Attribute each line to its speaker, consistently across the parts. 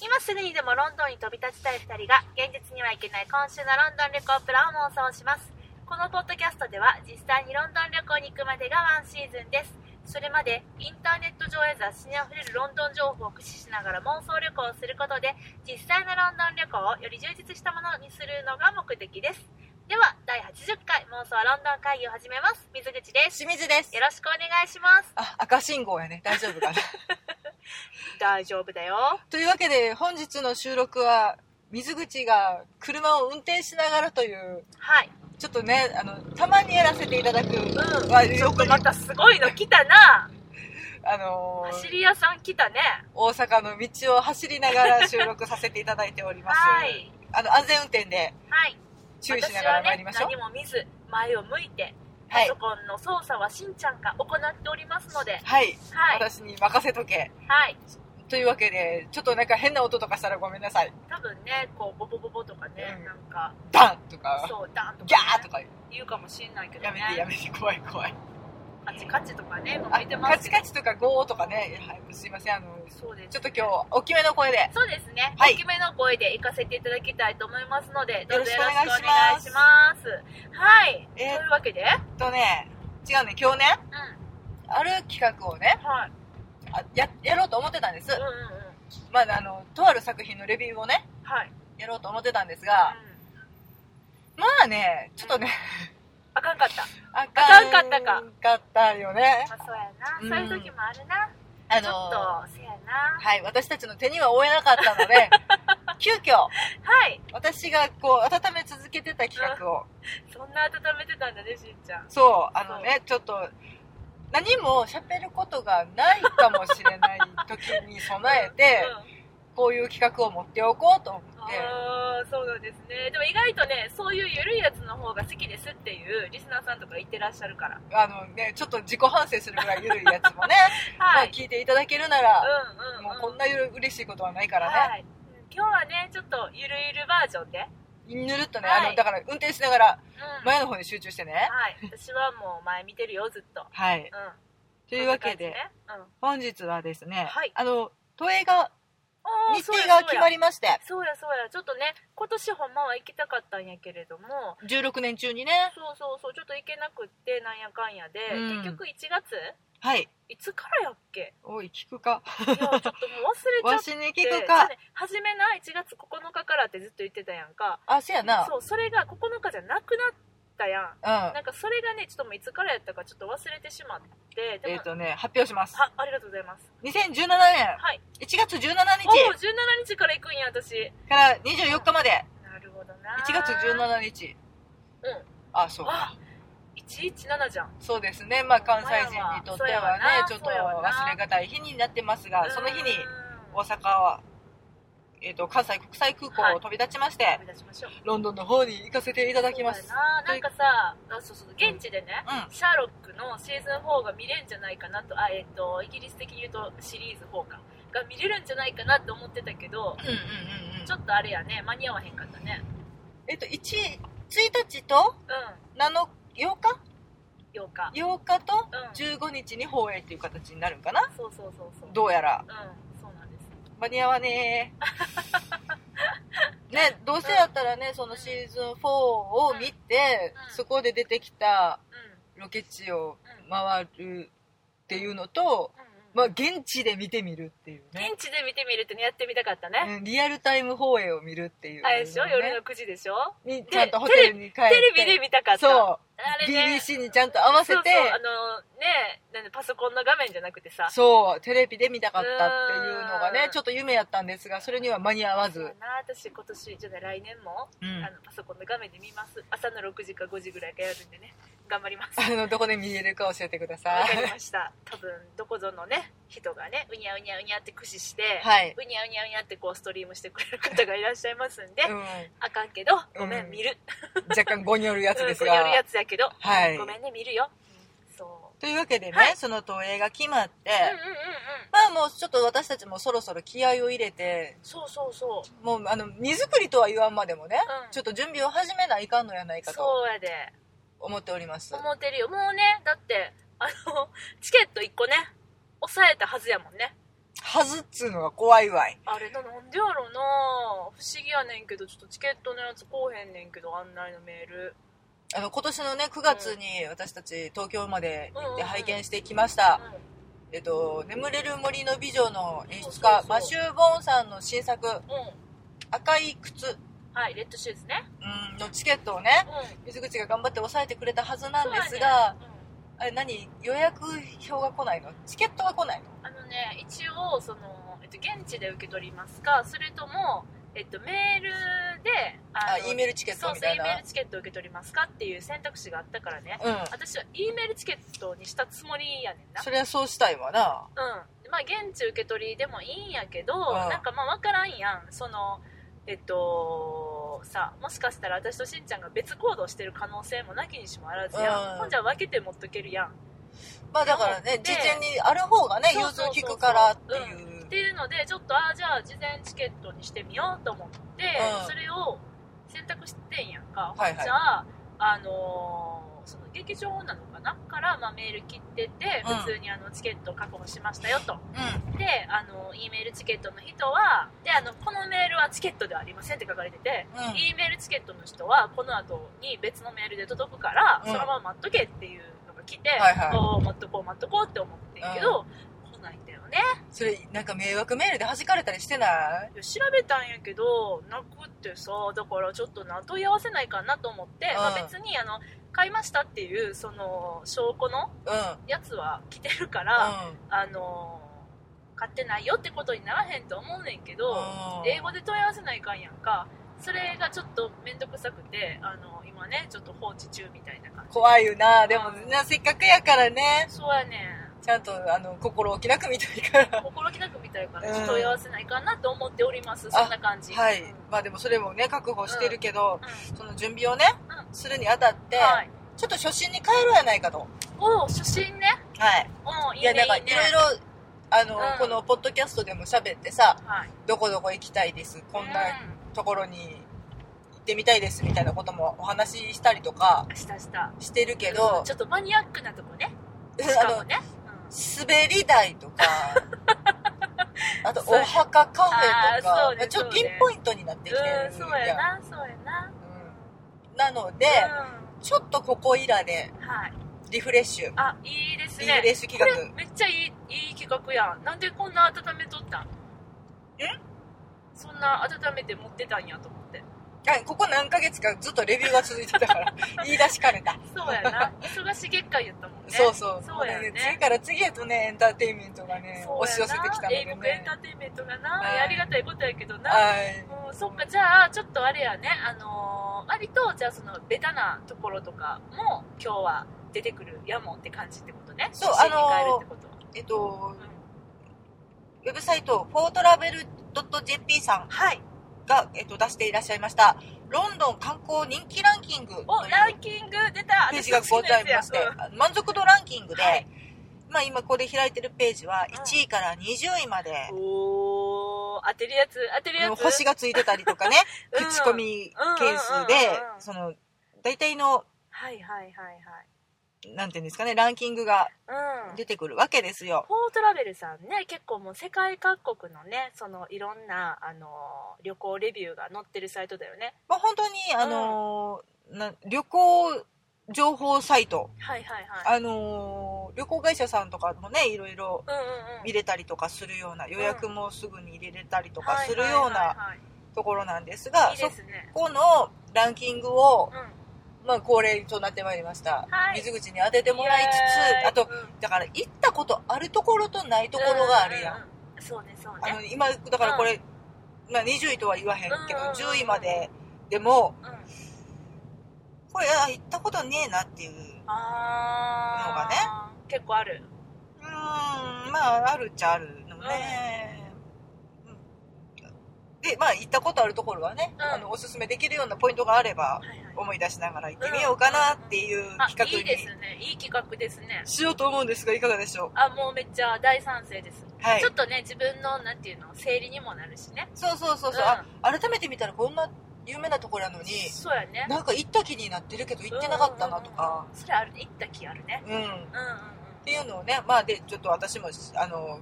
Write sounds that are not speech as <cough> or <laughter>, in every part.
Speaker 1: 今すぐにでもロンドンに飛び立ちたい2人が現実には行けない今週のロンドン旅行プランを妄想しますこのポッドキャストでは実際にロンドン旅行に行くまでがワンシーズンですそれまでインターネット上へ雑誌にあふれるロンドン情報を駆使しながら妄想旅行をすることで実際のロンドン旅行をより充実したものにするのが目的ですでは第80回妄想ロンドン会議を始めます水口です
Speaker 2: 清水です
Speaker 1: よろしくお願いします
Speaker 2: あ赤信号やね大丈夫かな
Speaker 1: 大丈夫だよ
Speaker 2: <laughs> というわけで本日の収録は水口が車を運転しながらという
Speaker 1: はい
Speaker 2: ちょっとねあのたまにやらせていただく、
Speaker 1: うん
Speaker 2: まあ
Speaker 1: ちょっとまたすごいの来たな
Speaker 2: あのー
Speaker 1: 走り屋さん来たね
Speaker 2: 大阪の道を走りながら収録させていただいております
Speaker 1: はい
Speaker 2: あの安全運転で
Speaker 1: はい
Speaker 2: 注意しながら参りましょ
Speaker 1: 私は
Speaker 2: う、
Speaker 1: ね何も見ず前を向いてパ
Speaker 2: はい
Speaker 1: ソコンの操作はしんちゃんが行っておりますのではい
Speaker 2: はい、
Speaker 1: はい、
Speaker 2: 私に任せとけというわけでちょっとなんか変な音とかしたらごめんなさい
Speaker 1: 多分ねこうボボボボとかね、
Speaker 2: うん
Speaker 1: なんか
Speaker 2: ダンとか
Speaker 1: そうダンとか、ね、
Speaker 2: ギャーとか
Speaker 1: 言うかもしんないけど
Speaker 2: や
Speaker 1: ね
Speaker 2: めてやめて怖い怖い
Speaker 1: カチカチとかね
Speaker 2: あ
Speaker 1: 向いてま
Speaker 2: カ
Speaker 1: す
Speaker 2: チ
Speaker 1: けど
Speaker 2: カチとかゴーとかね、はい、すいませんあの
Speaker 1: そうです
Speaker 2: ちょっと今日大きめの声で
Speaker 1: そうですね、
Speaker 2: はい
Speaker 1: 大きめの声で行かせていただきたいと思いますのでどうぞよろ
Speaker 2: よろ
Speaker 1: しく
Speaker 2: しく
Speaker 1: お
Speaker 2: お
Speaker 1: 願
Speaker 2: 願
Speaker 1: い
Speaker 2: い
Speaker 1: し
Speaker 2: し
Speaker 1: ま
Speaker 2: ますす
Speaker 1: はい、
Speaker 2: えー
Speaker 1: というわけで、
Speaker 2: えっとね違うね今日ね
Speaker 1: う
Speaker 2: ある企画をね
Speaker 1: ん、はい
Speaker 2: あややろうと思ってたんです
Speaker 1: うん、うんうん
Speaker 2: まあ、あのとある作品のレビューをね
Speaker 1: はい、
Speaker 2: やろうと思ってたんですが、
Speaker 1: うん
Speaker 2: まあねちょっとね、
Speaker 1: あかんかったあ
Speaker 2: あ
Speaker 1: かんかったか
Speaker 2: かったよね
Speaker 1: そうやな、
Speaker 2: うん
Speaker 1: そういう時もあるな、
Speaker 2: あ
Speaker 1: ちょっ
Speaker 2: の
Speaker 1: とせやな
Speaker 2: はい私たちの手には負えなかったので急遽
Speaker 1: はい
Speaker 2: 私がこう温め続けてた企画を、
Speaker 1: そんな温めてたんだねしんちゃん
Speaker 2: そうあのねちょっと何も喋ることがないかもしれない時に備えて
Speaker 1: うん
Speaker 2: こういう企画を持っておこうと思って
Speaker 1: ああそうなんですねでも意外とねそういう緩いやつの方が好きですっていうリスナーさんとか言ってらっしゃるから
Speaker 2: あのね、ちょっと自己反省するぐらい緩いやつもね、ま
Speaker 1: は
Speaker 2: あ
Speaker 1: い、
Speaker 2: 聞いていただけるなら、
Speaker 1: うんうん、うん、
Speaker 2: もうこんなゆる嬉しいことはないからね、
Speaker 1: はい、うん今日はねちょっとゆるゆるバージョンで、
Speaker 2: ぬるっとね、
Speaker 1: はい
Speaker 2: あの、だから運転しながら
Speaker 1: うん
Speaker 2: 前の方に集中してね。
Speaker 1: はい私はもう前見てるよずっと
Speaker 2: はい。
Speaker 1: うん
Speaker 2: というわけ
Speaker 1: こん
Speaker 2: で、
Speaker 1: な感じね
Speaker 2: 本日はですね、
Speaker 1: はい
Speaker 2: あの、都営が、
Speaker 1: うんおー
Speaker 2: 日程が決ま
Speaker 1: り
Speaker 2: りまして、
Speaker 1: そうやそうやちょっとね今年ほんまは行きたかったんやけれども
Speaker 2: 16年中にね、
Speaker 1: そうそうそうちょっと行けなくってなんやかんやで、
Speaker 2: うん
Speaker 1: 結局1月
Speaker 2: はい。
Speaker 1: いつからやっけ
Speaker 2: <laughs> おい、聞くか。
Speaker 1: いやちょっともう忘れちゃ
Speaker 2: わ
Speaker 1: って
Speaker 2: しに
Speaker 1: じ
Speaker 2: 聞く
Speaker 1: ゃあ
Speaker 2: か。
Speaker 1: ね初めな1月9日からってずっと言ってたやんか
Speaker 2: あ、せやな。
Speaker 1: そうそれが9日じゃなくなったやん
Speaker 2: うん。
Speaker 1: なんかそれがねちょっともういつからやったかちょっと忘れてしまってで
Speaker 2: え
Speaker 1: も、
Speaker 2: っとね、発表します。
Speaker 1: はありがとうございます
Speaker 2: 2017年
Speaker 1: はい
Speaker 2: 1月17日
Speaker 1: おお17日から行くんや私
Speaker 2: から24日まで、
Speaker 1: なるほどな
Speaker 2: 1月17日。
Speaker 1: うん
Speaker 2: あ、そう。
Speaker 1: あ117じゃん
Speaker 2: そうですね、まあ、関西人にとってはね
Speaker 1: そ
Speaker 2: ち
Speaker 1: う
Speaker 2: ょ
Speaker 1: やわな
Speaker 2: っと忘れがたい日になってますがその日に
Speaker 1: うん
Speaker 2: 大阪は、えー、と関西国際空港を飛び立ちまして、
Speaker 1: 飛び出しましょうい
Speaker 2: ロンドンの方に行かせていただきます
Speaker 1: そうやななんかさあそうそう現地でね、
Speaker 2: う
Speaker 1: シャーロックのシーズン4が見れるんじゃないかなとあ、えっとイギリス的に言うとシリーズ4かが見れるんじゃないかなと思ってたけど
Speaker 2: んうんうんうん
Speaker 1: ちょっとあれやね間に合わへんかったね
Speaker 2: えっ、と 1, 1日と
Speaker 1: う
Speaker 2: 7日
Speaker 1: ん8日
Speaker 2: ,8 日8日と
Speaker 1: うん
Speaker 2: 15日に放映っていう形になるんかな
Speaker 1: そうそうそうそう
Speaker 2: どうやら
Speaker 1: うんそうなんです
Speaker 2: 間に合わね
Speaker 1: <laughs>
Speaker 2: えねどうせやったらねそのシーズン4を見て、
Speaker 1: うん
Speaker 2: そこで出てきた
Speaker 1: う
Speaker 2: ロケ地を
Speaker 1: んうん
Speaker 2: 回るっていうのと、
Speaker 1: うん
Speaker 2: まあ、現地で見てみるっていうね
Speaker 1: 現地で見てみるってのやってみたかったね、
Speaker 2: うんリアルタイム放映を見るっていう、
Speaker 1: あれでしょ、
Speaker 2: ね
Speaker 1: 夜の9時でしょ
Speaker 2: にちゃんとホテルに帰って
Speaker 1: テレビで見たかったあ
Speaker 2: そ
Speaker 1: れ
Speaker 2: う、
Speaker 1: ね
Speaker 2: BBC にちゃんと <laughs> 合わせて
Speaker 1: そうそうあのねなんでパソコンの画面じゃなくてさ
Speaker 2: そうテレビで見たかったっていうのが
Speaker 1: う
Speaker 2: ね
Speaker 1: ん
Speaker 2: ちょっと夢やったんですがそれには間に合わず、
Speaker 1: そうやな私今年じゃない来年も
Speaker 2: うん
Speaker 1: あのパソコンの画面で見ます朝の6時か5時ぐらいからやるんでね頑張ります
Speaker 2: あのどこで見れるか教えてくださ
Speaker 1: わか
Speaker 2: い
Speaker 1: りました多分どこぞのね人がねうにゃうにゃうにゃって駆使して、
Speaker 2: はい、
Speaker 1: うにゃうにゃうにゃってこうストリームしてくれる方がいらっしゃいますんで、
Speaker 2: うん、
Speaker 1: あかんけどごめん、
Speaker 2: うん
Speaker 1: 見る
Speaker 2: 若干ゴによるや
Speaker 1: <laughs>
Speaker 2: つです
Speaker 1: うん
Speaker 2: が
Speaker 1: これやるやつやけど、
Speaker 2: はい
Speaker 1: ごめんね見るよ、そう
Speaker 2: というわけでね、
Speaker 1: はい
Speaker 2: その投影が決まって、
Speaker 1: うんうんうんうん
Speaker 2: まあもうちょっと私たちもそろそろ気合を入れて
Speaker 1: そうそうそう、
Speaker 2: もうあの荷造りとは言わんまでもね、
Speaker 1: うん
Speaker 2: ちょっと準備を始めないかんのやないかと
Speaker 1: そうやで
Speaker 2: 思っております
Speaker 1: 思ってるよもうねだってあのチケット1個ね押さえたはずやもんね
Speaker 2: はずっつうのが怖いわい。
Speaker 1: あれななんでやろな不思議やねんけどちょっとチケットのやつこうへんねんけど案内のメール
Speaker 2: あの、今年のね、9月に私たち東京まで行
Speaker 1: うん
Speaker 2: っ
Speaker 1: うんう
Speaker 2: て
Speaker 1: ん
Speaker 2: 拝見してきました。えっと、眠れる森の美女の演出
Speaker 1: そ
Speaker 2: 家
Speaker 1: うそうそう、
Speaker 2: マシュー・ボーンさんの新作、
Speaker 1: うん、うん
Speaker 2: 赤い靴、
Speaker 1: はいレッドシューズね
Speaker 2: うん、のチケットをね
Speaker 1: う、ん
Speaker 2: 水口が頑張って抑えてくれたはずなんです
Speaker 1: そう
Speaker 2: が、
Speaker 1: やねうん
Speaker 2: あれ何予約表が来ないのチケットが来ないの
Speaker 1: あのね、一応その、えっと、現地で受け取りますかそれとも、えっと、メールで
Speaker 2: あ、
Speaker 1: あ
Speaker 2: E メールチケ
Speaker 1: ル
Speaker 2: ッ
Speaker 1: そ
Speaker 2: ト
Speaker 1: う
Speaker 2: み
Speaker 1: そう E
Speaker 2: たい
Speaker 1: メー
Speaker 2: な
Speaker 1: ル。チケットを受け取りますかっていう選択肢があったからね
Speaker 2: うん。
Speaker 1: 私は E メールチケットにしたつもりやねんな
Speaker 2: そりゃそうしたいわな。
Speaker 1: うんまあ現地受け取りでもいいんやけど
Speaker 2: ん
Speaker 1: なんかまあ分からんやんそのえっとさもしかしたら私としんちゃんが別行動してる可能性もなきにしもあらずやん、
Speaker 2: うん
Speaker 1: ほんじゃ分けて持っとけるやん
Speaker 2: まあだから
Speaker 1: で
Speaker 2: ね、事前にある方がね、
Speaker 1: そう
Speaker 2: 融
Speaker 1: そ
Speaker 2: 通
Speaker 1: うそう
Speaker 2: 聞くからっていう。
Speaker 1: っていうのでちょっとああじゃあ事前チケットにしてみようと思って、
Speaker 2: うん
Speaker 1: それを選択してんやんか、
Speaker 2: はいはい
Speaker 1: じゃああのーその劇場なのかなから、まあ、メール切ってて
Speaker 2: うん
Speaker 1: 普通にあのチケット確保しましたよと、
Speaker 2: うん。
Speaker 1: であの E メールチケットの人はであのこのメールはチケットではありませんって書かれてて、
Speaker 2: うん
Speaker 1: E メールチケットの人はこの後に別のメールで届くから、
Speaker 2: うん
Speaker 1: そのまま待っとけっていうのが来て、
Speaker 2: はいはい
Speaker 1: おー待っとこう待っとこうって思ってんけど、来ないんだよね
Speaker 2: それ、なんか迷惑メールで弾かれたりしてない
Speaker 1: いや調べたんやけどなくってさだからちょっとな問い合わせないかなと思って、
Speaker 2: うん
Speaker 1: まあ、別にあの買いましたっていうその証拠の
Speaker 2: うん。うん。
Speaker 1: やつは来てるから、あの買ってないよってことにならへんと思うねんけど、
Speaker 2: うん
Speaker 1: 英語で問い合わせないかんやんかそれがちょっと面倒くさくてあの今ねちょっと放置中みたいな感じ
Speaker 2: 怖いよな。でもな、せっかくやからね、
Speaker 1: そうやねん
Speaker 2: ちゃんと、あの、心置きなく見たいから。
Speaker 1: 心気なくみたいから、
Speaker 2: うん
Speaker 1: 問い合わせないかなと思っておりますそんな感じ
Speaker 2: はい
Speaker 1: うん。
Speaker 2: まあでもそれもね、確保してるけど、その準備をね、
Speaker 1: う
Speaker 2: するにあたって、
Speaker 1: はい
Speaker 2: ちょっと初心に帰ろうやないかと。
Speaker 1: お初心ね
Speaker 2: はい。
Speaker 1: うんいい
Speaker 2: い
Speaker 1: ね
Speaker 2: や、
Speaker 1: いいね
Speaker 2: なんかいろいろ、あの、
Speaker 1: うん
Speaker 2: このポッドキャストでも喋ってさ、
Speaker 1: はい、
Speaker 2: どこどこ行きたいです、こんな
Speaker 1: う
Speaker 2: ところに行ってみたいですみたいなこともお話ししたりとか
Speaker 1: ん、したした
Speaker 2: してるけ
Speaker 1: う
Speaker 2: ど
Speaker 1: ん、ちょっとマニアックなとこねし
Speaker 2: <laughs> あ
Speaker 1: かも
Speaker 2: の、
Speaker 1: ね、うん
Speaker 2: 滑り台と
Speaker 1: <laughs>
Speaker 2: か、あと
Speaker 1: そう
Speaker 2: お
Speaker 1: や
Speaker 2: 墓カフェと
Speaker 1: あーそ
Speaker 2: か
Speaker 1: う、ね
Speaker 2: ちょっと
Speaker 1: そう
Speaker 2: ピン
Speaker 1: ね
Speaker 2: ポイントになってきてる
Speaker 1: うんそうや
Speaker 2: やん
Speaker 1: なそうやな
Speaker 2: うんなので、ちょっとここいらで
Speaker 1: うんはい
Speaker 2: リフレッシュ、
Speaker 1: あいいです
Speaker 2: リ
Speaker 1: ね
Speaker 2: フレッシュ
Speaker 1: これ
Speaker 2: 企画。
Speaker 1: めっちゃいいいい企画やんなんでこんな温めとったん
Speaker 2: え
Speaker 1: そんな温めて持ってたんやと思って
Speaker 2: はいここ何ヶ月かずっとレビューが続いて
Speaker 1: <laughs>
Speaker 2: たから、言い出しかねた。
Speaker 1: そうやな <laughs> 忙しい月間やったもんね
Speaker 2: そうそう。
Speaker 1: そうやね
Speaker 2: これ次から次へとね、エンターテインメントがね、
Speaker 1: そう
Speaker 2: 押し寄
Speaker 1: や
Speaker 2: せて
Speaker 1: な
Speaker 2: きたので
Speaker 1: 英国エン
Speaker 2: ね
Speaker 1: タ。ーテインメントがな、
Speaker 2: はい
Speaker 1: ありがたいことやけどな、
Speaker 2: はい。
Speaker 1: もうそっかじゃあちょっとあれやねあのー割とじゃあそのベタなところとかも今日は出てくるやもんって感じってことね
Speaker 2: そう
Speaker 1: 自信に
Speaker 2: あのー
Speaker 1: 変えるってことは
Speaker 2: えっと
Speaker 1: う、ん
Speaker 2: ウェブサイト、フォートラベル .jp さん
Speaker 1: はい
Speaker 2: が、えっと、出していらっしゃいました、ロンドン観光人気ランキングという
Speaker 1: おランキング出た
Speaker 2: ページがございまして、あの満足度ランキングで、
Speaker 1: はい
Speaker 2: まあ今これ開いてるページは
Speaker 1: うん
Speaker 2: 1位から20位まで、
Speaker 1: おおー当てるやつ当てるやつ
Speaker 2: 星
Speaker 1: が
Speaker 2: がついてたりと
Speaker 1: <laughs>
Speaker 2: かね、口コミ件数で
Speaker 1: うんうんうんうんう、ん
Speaker 2: その、大体の、
Speaker 1: はいはいはい
Speaker 2: なんていうんですかね、ランキングが
Speaker 1: はいうん
Speaker 2: 出てくるわけですよ。
Speaker 1: フォートラベルさんね結構もう世界各国のねそのいろんなあのー旅行レビューが載ってるサイトだよね
Speaker 2: まあ、本当に、あのーな旅行情報サイト、
Speaker 1: はいはいはい
Speaker 2: あのー旅行会社さんとかもね、いろいろ
Speaker 1: うんうんうん
Speaker 2: 見れたりとかするような、予約もすぐに入れれたりとか
Speaker 1: はい
Speaker 2: するよう
Speaker 1: はいはい
Speaker 2: な
Speaker 1: はい
Speaker 2: ところなんですが、
Speaker 1: いいですね。
Speaker 2: そこのランキングを
Speaker 1: う、ん。
Speaker 2: まあ、恒例となってまいりました。
Speaker 1: はい
Speaker 2: 水口に当ててもらいつつ、あと、だから行ったことあるところとないところがあるやん。
Speaker 1: ん。そうね、そう
Speaker 2: あ
Speaker 1: ね。
Speaker 2: の今だからこれ、まあ、20位とは言わへんけど、
Speaker 1: うんうんうん
Speaker 2: 10位まででも
Speaker 1: うん。
Speaker 2: これあ行ったことねえなっていうう
Speaker 1: あー。のがね。結構ある。
Speaker 2: ーんまああるっちゃあるのね、うんでまあ行ったことあるところはね、
Speaker 1: うん
Speaker 2: あのおすすめできるようなポイントがあれば
Speaker 1: はいはい。
Speaker 2: 思い出しながら行ってみようかなっていう
Speaker 1: あ、
Speaker 2: 企画
Speaker 1: いいです
Speaker 2: に
Speaker 1: ね。いい企画ですね。
Speaker 2: しようと思うんですがいかがでしょう
Speaker 1: あ、もうめっちゃ大賛成です。
Speaker 2: はい
Speaker 1: ちょっとね、自分の、なんていうの、整理にもなるしね。
Speaker 2: そうそうそうそう、あ改めて見たらこんな有名なところなのに
Speaker 1: そうやね。
Speaker 2: なんか行った気になってるけど行ってなかったなとか
Speaker 1: うんうんうん。それある、行った気あるね。
Speaker 2: うん
Speaker 1: うんうんうん。
Speaker 2: っていうのをね、まあ、でちょっと私もあの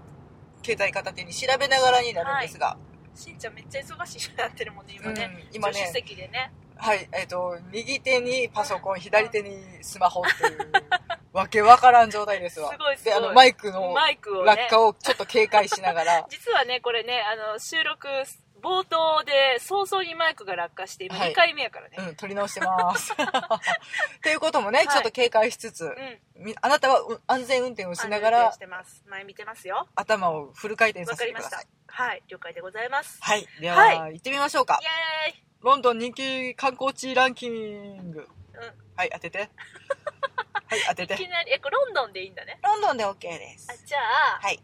Speaker 2: 携帯片手に調べながらになるんですが、
Speaker 1: しんちゃんめっちゃ忙しいなってるもんね今
Speaker 2: うん
Speaker 1: ね、
Speaker 2: 今
Speaker 1: 助手
Speaker 2: ね、
Speaker 1: 席でね
Speaker 2: はいえっと右手にパソコン左手にスマホっていうわけわからん状態ですわ
Speaker 1: すごいすごい
Speaker 2: であのマイクの
Speaker 1: マイクをね
Speaker 2: 落下をちょっと警戒しながら
Speaker 1: 実はねこれねあの収録冒頭で早々にマイクが落下して今
Speaker 2: はい
Speaker 1: 2回目やからね、
Speaker 2: うん、撮り直して
Speaker 1: <laughs>
Speaker 2: ます。ということもね、
Speaker 1: い
Speaker 2: ちょっと警戒しつつ、
Speaker 1: うん
Speaker 2: みあなたはう安全運転をしなが
Speaker 1: 安全運転
Speaker 2: ら
Speaker 1: してます前見てますよ
Speaker 2: 頭をフル回転
Speaker 1: わ
Speaker 2: さ
Speaker 1: か
Speaker 2: せ
Speaker 1: り
Speaker 2: て
Speaker 1: ま
Speaker 2: く
Speaker 1: し
Speaker 2: だ
Speaker 1: た
Speaker 2: さい。
Speaker 1: はい了解でございます
Speaker 2: はい。では、
Speaker 1: は
Speaker 2: 行ってみましょうか。
Speaker 1: イエーイ
Speaker 2: ロンドン人気観光地ランキング。はい、当て <laughs> て。はい、当て
Speaker 1: いき
Speaker 2: て。
Speaker 1: なりえこれロンドンでいいんだね
Speaker 2: ロンドンで OK です
Speaker 1: あ。じゃあ、
Speaker 2: はい。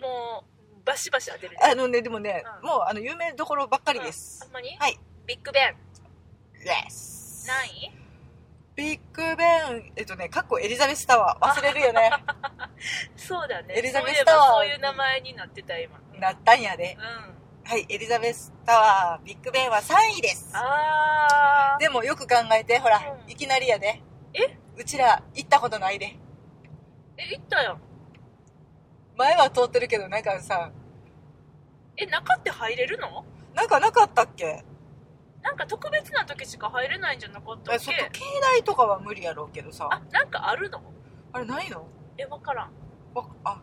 Speaker 1: もうバシバシ当てるね
Speaker 2: あのね、でもね、
Speaker 1: うん
Speaker 2: もうあの有名どころばっかりで
Speaker 1: う
Speaker 2: す
Speaker 1: んほ。んまに、
Speaker 2: はい
Speaker 1: ビッグベン
Speaker 2: Yes。
Speaker 1: 何位
Speaker 2: ビッグベン、えっとね、かっこエリザベスタワー。忘れるよ <laughs> ね。
Speaker 1: そうだね
Speaker 2: エリザベ
Speaker 1: そういえ
Speaker 2: スタ
Speaker 1: ば
Speaker 2: ワー
Speaker 1: そういう名前になってた今うん
Speaker 2: なったんやで。はい、エリザベスタワー、ビッグベンは3位です。
Speaker 1: あー
Speaker 2: でもよく考えて、ほら、
Speaker 1: うん
Speaker 2: いきなりやで。
Speaker 1: え
Speaker 2: うちら行ったことないで。
Speaker 1: え行ったよ
Speaker 2: 前は通ってるけど、なんかさ、
Speaker 1: え中って入れるの
Speaker 2: なんかなかったっけ
Speaker 1: なんか特別な時しか入れないんじゃなかったっ
Speaker 2: え
Speaker 1: け
Speaker 2: 外境内とかは無理やろうけどさ。
Speaker 1: あ
Speaker 2: あ
Speaker 1: なんかあるの
Speaker 2: れないの
Speaker 1: え分からん
Speaker 2: わあ、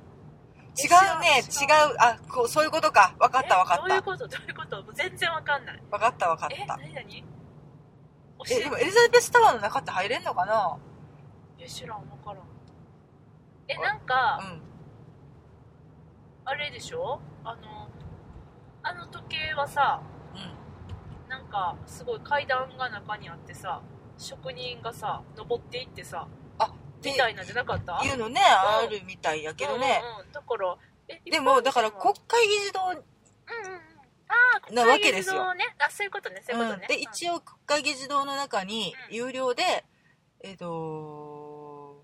Speaker 1: え
Speaker 2: 違うね、
Speaker 1: 知
Speaker 2: 違
Speaker 1: ら
Speaker 2: う。あ、こう、そういうことか。わかったわか
Speaker 1: え
Speaker 2: っ
Speaker 1: どうい
Speaker 2: た
Speaker 1: う。ことどういうこともう全然わかんない
Speaker 2: わかったわかっ
Speaker 1: え
Speaker 2: た。
Speaker 1: 何何教
Speaker 2: え、
Speaker 1: え
Speaker 2: でもエリザベスタワーの中って入れんのかな
Speaker 1: え知らん分からんえなんか
Speaker 2: うん。
Speaker 1: あれでしょあのあの時計はさ
Speaker 2: うん。
Speaker 1: なんかすごい階段が中にあってさ職人がさ登っていってさみたいなんじゃなかった
Speaker 2: いうのね、
Speaker 1: うん
Speaker 2: あるみたいやけどね。
Speaker 1: うんうんうんだからえ
Speaker 2: でも、だから
Speaker 1: 一般
Speaker 2: 国会議事堂
Speaker 1: 人はうんうんうんああ
Speaker 2: なわけですよ
Speaker 1: ねあそういうことねそういうことね、
Speaker 2: う
Speaker 1: 応
Speaker 2: ん、で一応国会議事堂の中に
Speaker 1: うん
Speaker 2: 有料で、えっ、と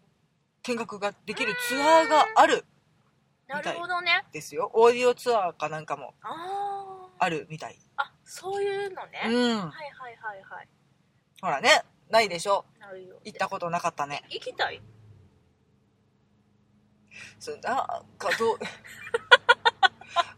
Speaker 2: 見学ができるツアーがある
Speaker 1: なるほどね
Speaker 2: んですよオーディオツアーかなんかも
Speaker 1: ああ
Speaker 2: あるみたい
Speaker 1: あそういうの
Speaker 2: う
Speaker 1: ね、
Speaker 2: ん
Speaker 1: はいはいはいはい
Speaker 2: ほらねないでしょ
Speaker 1: なるよ
Speaker 2: 行ったことなかったね
Speaker 1: 行きたい
Speaker 2: そうなんか
Speaker 1: <laughs>
Speaker 2: どう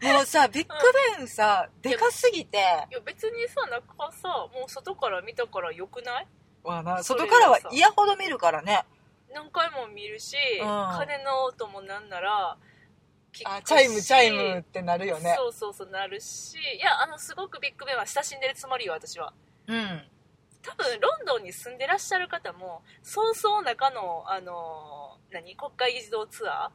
Speaker 2: もうさビッグベンさ、でかすぎて
Speaker 1: いや別にさ中さもう外から見たからよくない
Speaker 2: わあな
Speaker 1: それ
Speaker 2: 外
Speaker 1: は
Speaker 2: からは
Speaker 1: さ
Speaker 2: 嫌ほど見るからね
Speaker 1: 何回も見るし、
Speaker 2: うん
Speaker 1: 鐘の音もなんなら聞くし
Speaker 2: あチャイムチャイムってなるよね
Speaker 1: そうそうそうなるしいやあのすごくビッグベンは親しんでるつもりよ私は
Speaker 2: うん
Speaker 1: 多分ロンドンに住んでらっしゃる方もそうそう中のあのー何国会議事堂ツア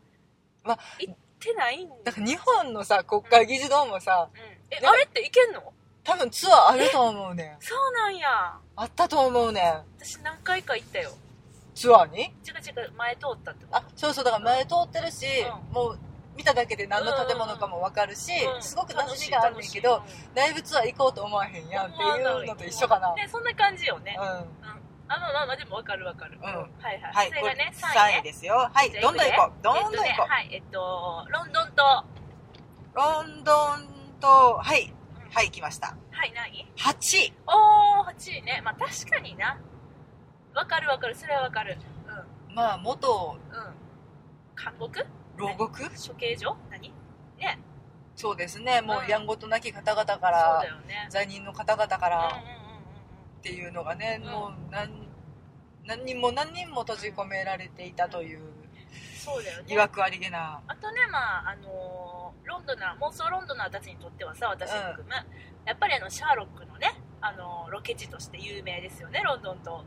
Speaker 1: ー
Speaker 2: ま
Speaker 1: 行ってないん
Speaker 2: だ
Speaker 1: だ、
Speaker 2: から日本のさ国会議事堂もさ
Speaker 1: うん、え
Speaker 2: なんか
Speaker 1: あれって行けんの
Speaker 2: 多分ツアーあると思うねん
Speaker 1: そうなんや
Speaker 2: あったと思うねん
Speaker 1: 私何回か行ったよ
Speaker 2: ツアーに
Speaker 1: 違う違う前通ったってこと
Speaker 2: あそうそうだから前通ってるし、
Speaker 1: う
Speaker 2: もう見ただけで何の建物かも分かるし、
Speaker 1: うん
Speaker 2: すごく馴染みがあるんだけど
Speaker 1: 楽しい楽しい
Speaker 2: ライブツアー行こうと思わへんやんっていうのと一緒かな、
Speaker 1: ね、そんな感じよね。
Speaker 2: うん
Speaker 1: あ、まあまあまあ、でもわかるわかる。
Speaker 2: うん
Speaker 1: はいはい。
Speaker 2: はい
Speaker 1: それがね、
Speaker 2: 3位
Speaker 1: ね。
Speaker 2: ですよはい
Speaker 1: じゃあ
Speaker 2: どんどん行こうどんどん行
Speaker 1: えっとね
Speaker 2: こう、
Speaker 1: はい、えっと、ロンドンと、は
Speaker 2: ロンドンとはいはい来ました
Speaker 1: はい、何
Speaker 2: 8位
Speaker 1: おー、8位ね。まあ確かにな。わかるわかる、それはわかる。
Speaker 2: まあ元
Speaker 1: うん、うん。韓国
Speaker 2: 牢獄
Speaker 1: 処刑場何ね。
Speaker 2: そうですねも
Speaker 1: うん
Speaker 2: うやんごとなき方々か
Speaker 1: そう
Speaker 2: ら
Speaker 1: だ、よね。
Speaker 2: 罪人の方々から、
Speaker 1: うんうんうん
Speaker 2: っていうのがね、
Speaker 1: うん
Speaker 2: もう何何人も何人も閉じ込められていたという
Speaker 1: うん。そうだよ
Speaker 2: 疑
Speaker 1: ね。
Speaker 2: 惑ありげな、
Speaker 1: あとね、まあ、あのーロンドナー、妄想ロンドナーたちにとってはさ、私含む、やっぱりあの、シャーロックのね、あのーロケ地として有名ですよね、ロンドンと。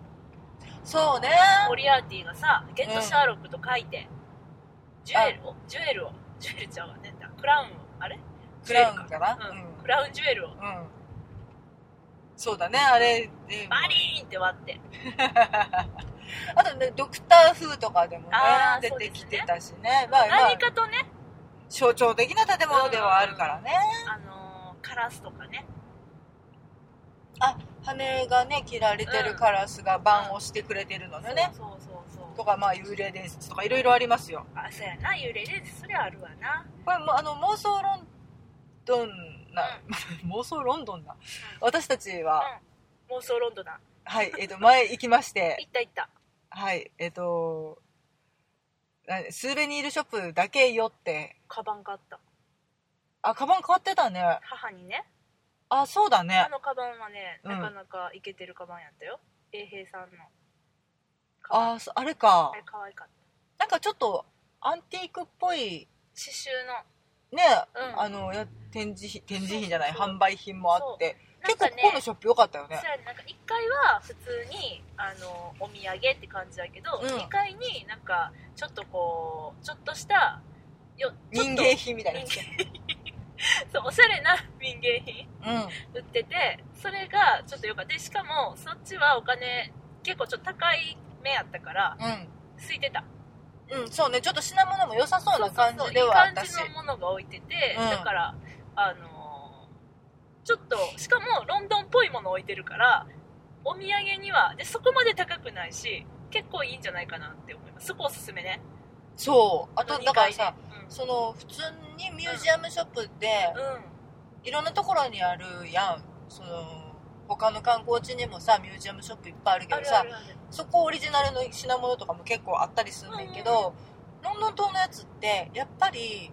Speaker 2: そうね
Speaker 1: モリアーティがさ「ゲット・シャーロック」と書いて、ジュエルをジュエルをジュエルちゃうわねクラウンをあれ
Speaker 2: クラウンかな
Speaker 1: ジュエルうん
Speaker 2: うん
Speaker 1: クラウンジュエルを
Speaker 2: うん、そうだねあれで
Speaker 1: バリーンって割って
Speaker 2: あとねドクター・フーとかでもね
Speaker 1: あー
Speaker 2: 出
Speaker 1: そうで
Speaker 2: て
Speaker 1: すね
Speaker 2: きてたしねまあ、まあ
Speaker 1: 何、かとね、
Speaker 2: 象徴的な建物ではあるからね、
Speaker 1: あのーカラスとかね
Speaker 2: 羽がね切られてるカラスが番をしてくれてるのでね、
Speaker 1: そうそうそうそ
Speaker 2: と
Speaker 1: う
Speaker 2: かまあ幽霊伝説とかいろいろありますよ
Speaker 1: あそうやな幽霊でそれあるわな
Speaker 2: これもうあの妄想ロンドンな、 <laughs> 妄想ロンドンな私たちは、
Speaker 1: 妄想ロンドナー
Speaker 2: はいえっ、と前行きまして
Speaker 1: 行った行った
Speaker 2: はいえっ、となスーベニールショップだけ寄って
Speaker 1: カバンがあった
Speaker 2: あカバン変わってたね
Speaker 1: 母にね
Speaker 2: あそうだ
Speaker 1: あ
Speaker 2: ね
Speaker 1: のカバンはね
Speaker 2: うん
Speaker 1: なかなかイケてるカバンやったよ永平さんのカバン
Speaker 2: あそあれか
Speaker 1: あれ可愛かった
Speaker 2: なんかちょっとアンティークっぽい
Speaker 1: 刺繍の
Speaker 2: ね
Speaker 1: うん
Speaker 2: あのや展示品展示品じゃない
Speaker 1: そうそう
Speaker 2: 販売品もあって
Speaker 1: なん
Speaker 2: 結構
Speaker 1: か
Speaker 2: こ
Speaker 1: ね
Speaker 2: このショップ良かったよね
Speaker 1: そうやねなんか1階は普通にあのお土産って感じだけど、
Speaker 2: うん
Speaker 1: 2階になんかちょっとこうちょっとしたよちょっ
Speaker 2: 民
Speaker 1: と
Speaker 2: 芸品みたいなや
Speaker 1: 民
Speaker 2: つ
Speaker 1: 芸品そうおしゃれな民芸品
Speaker 2: うん
Speaker 1: 売っててそれがちょっとよかったでしかもそっちはお金結構ちょっと高い目やったから空いてた
Speaker 2: うん、うん、そうねちょっと品物も良さそうな感
Speaker 1: そうそう
Speaker 2: じではあった
Speaker 1: いい
Speaker 2: し
Speaker 1: 感じのものが置いてて、
Speaker 2: うん
Speaker 1: だからあのーちょっとしかもロンドンっぽいもの置いてるからお土産にはでそこまで高くないし結構いいんじゃないかなって思いますそこおすすめね
Speaker 2: そうあ
Speaker 1: あ
Speaker 2: と
Speaker 1: の
Speaker 2: だからさ
Speaker 1: 二階ね
Speaker 2: その普通にミュージアムショップって
Speaker 1: うん、うん
Speaker 2: いろんなところにあるやんその他の観光地にもさミュージアムショップいっぱいあるけ
Speaker 1: あ
Speaker 2: ど
Speaker 1: る
Speaker 2: さ
Speaker 1: あるある
Speaker 2: そこオリジナルの品物とかも結構あったりするんだけど、ロンドン島のやつってやっぱり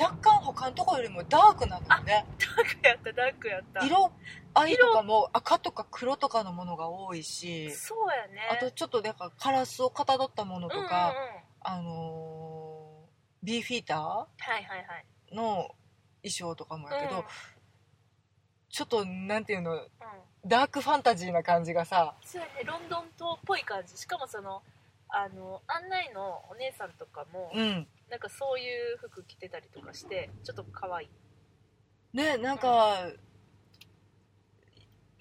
Speaker 2: 若干他のところよりもダークなのよね
Speaker 1: ダークやったダークやった
Speaker 2: 色合いとかも赤とか黒とかのものが多いし
Speaker 1: そうやね
Speaker 2: あとちょっとだからカラスをかたどったものと
Speaker 1: うんうんうん、
Speaker 2: か、あのービーフィータ
Speaker 1: はいはいはい
Speaker 2: ーの衣装とかもやけ
Speaker 1: う
Speaker 2: ど、
Speaker 1: ん
Speaker 2: ちょっとなんていうの
Speaker 1: うん
Speaker 2: ダークファンタジーな感じがさ
Speaker 1: そうやねロンドン島っぽい感じしかもそのあの案内のお姉さんとかも、
Speaker 2: うん
Speaker 1: なんかそういう服着てたりとかしてちょっと可愛い
Speaker 2: ねなんか、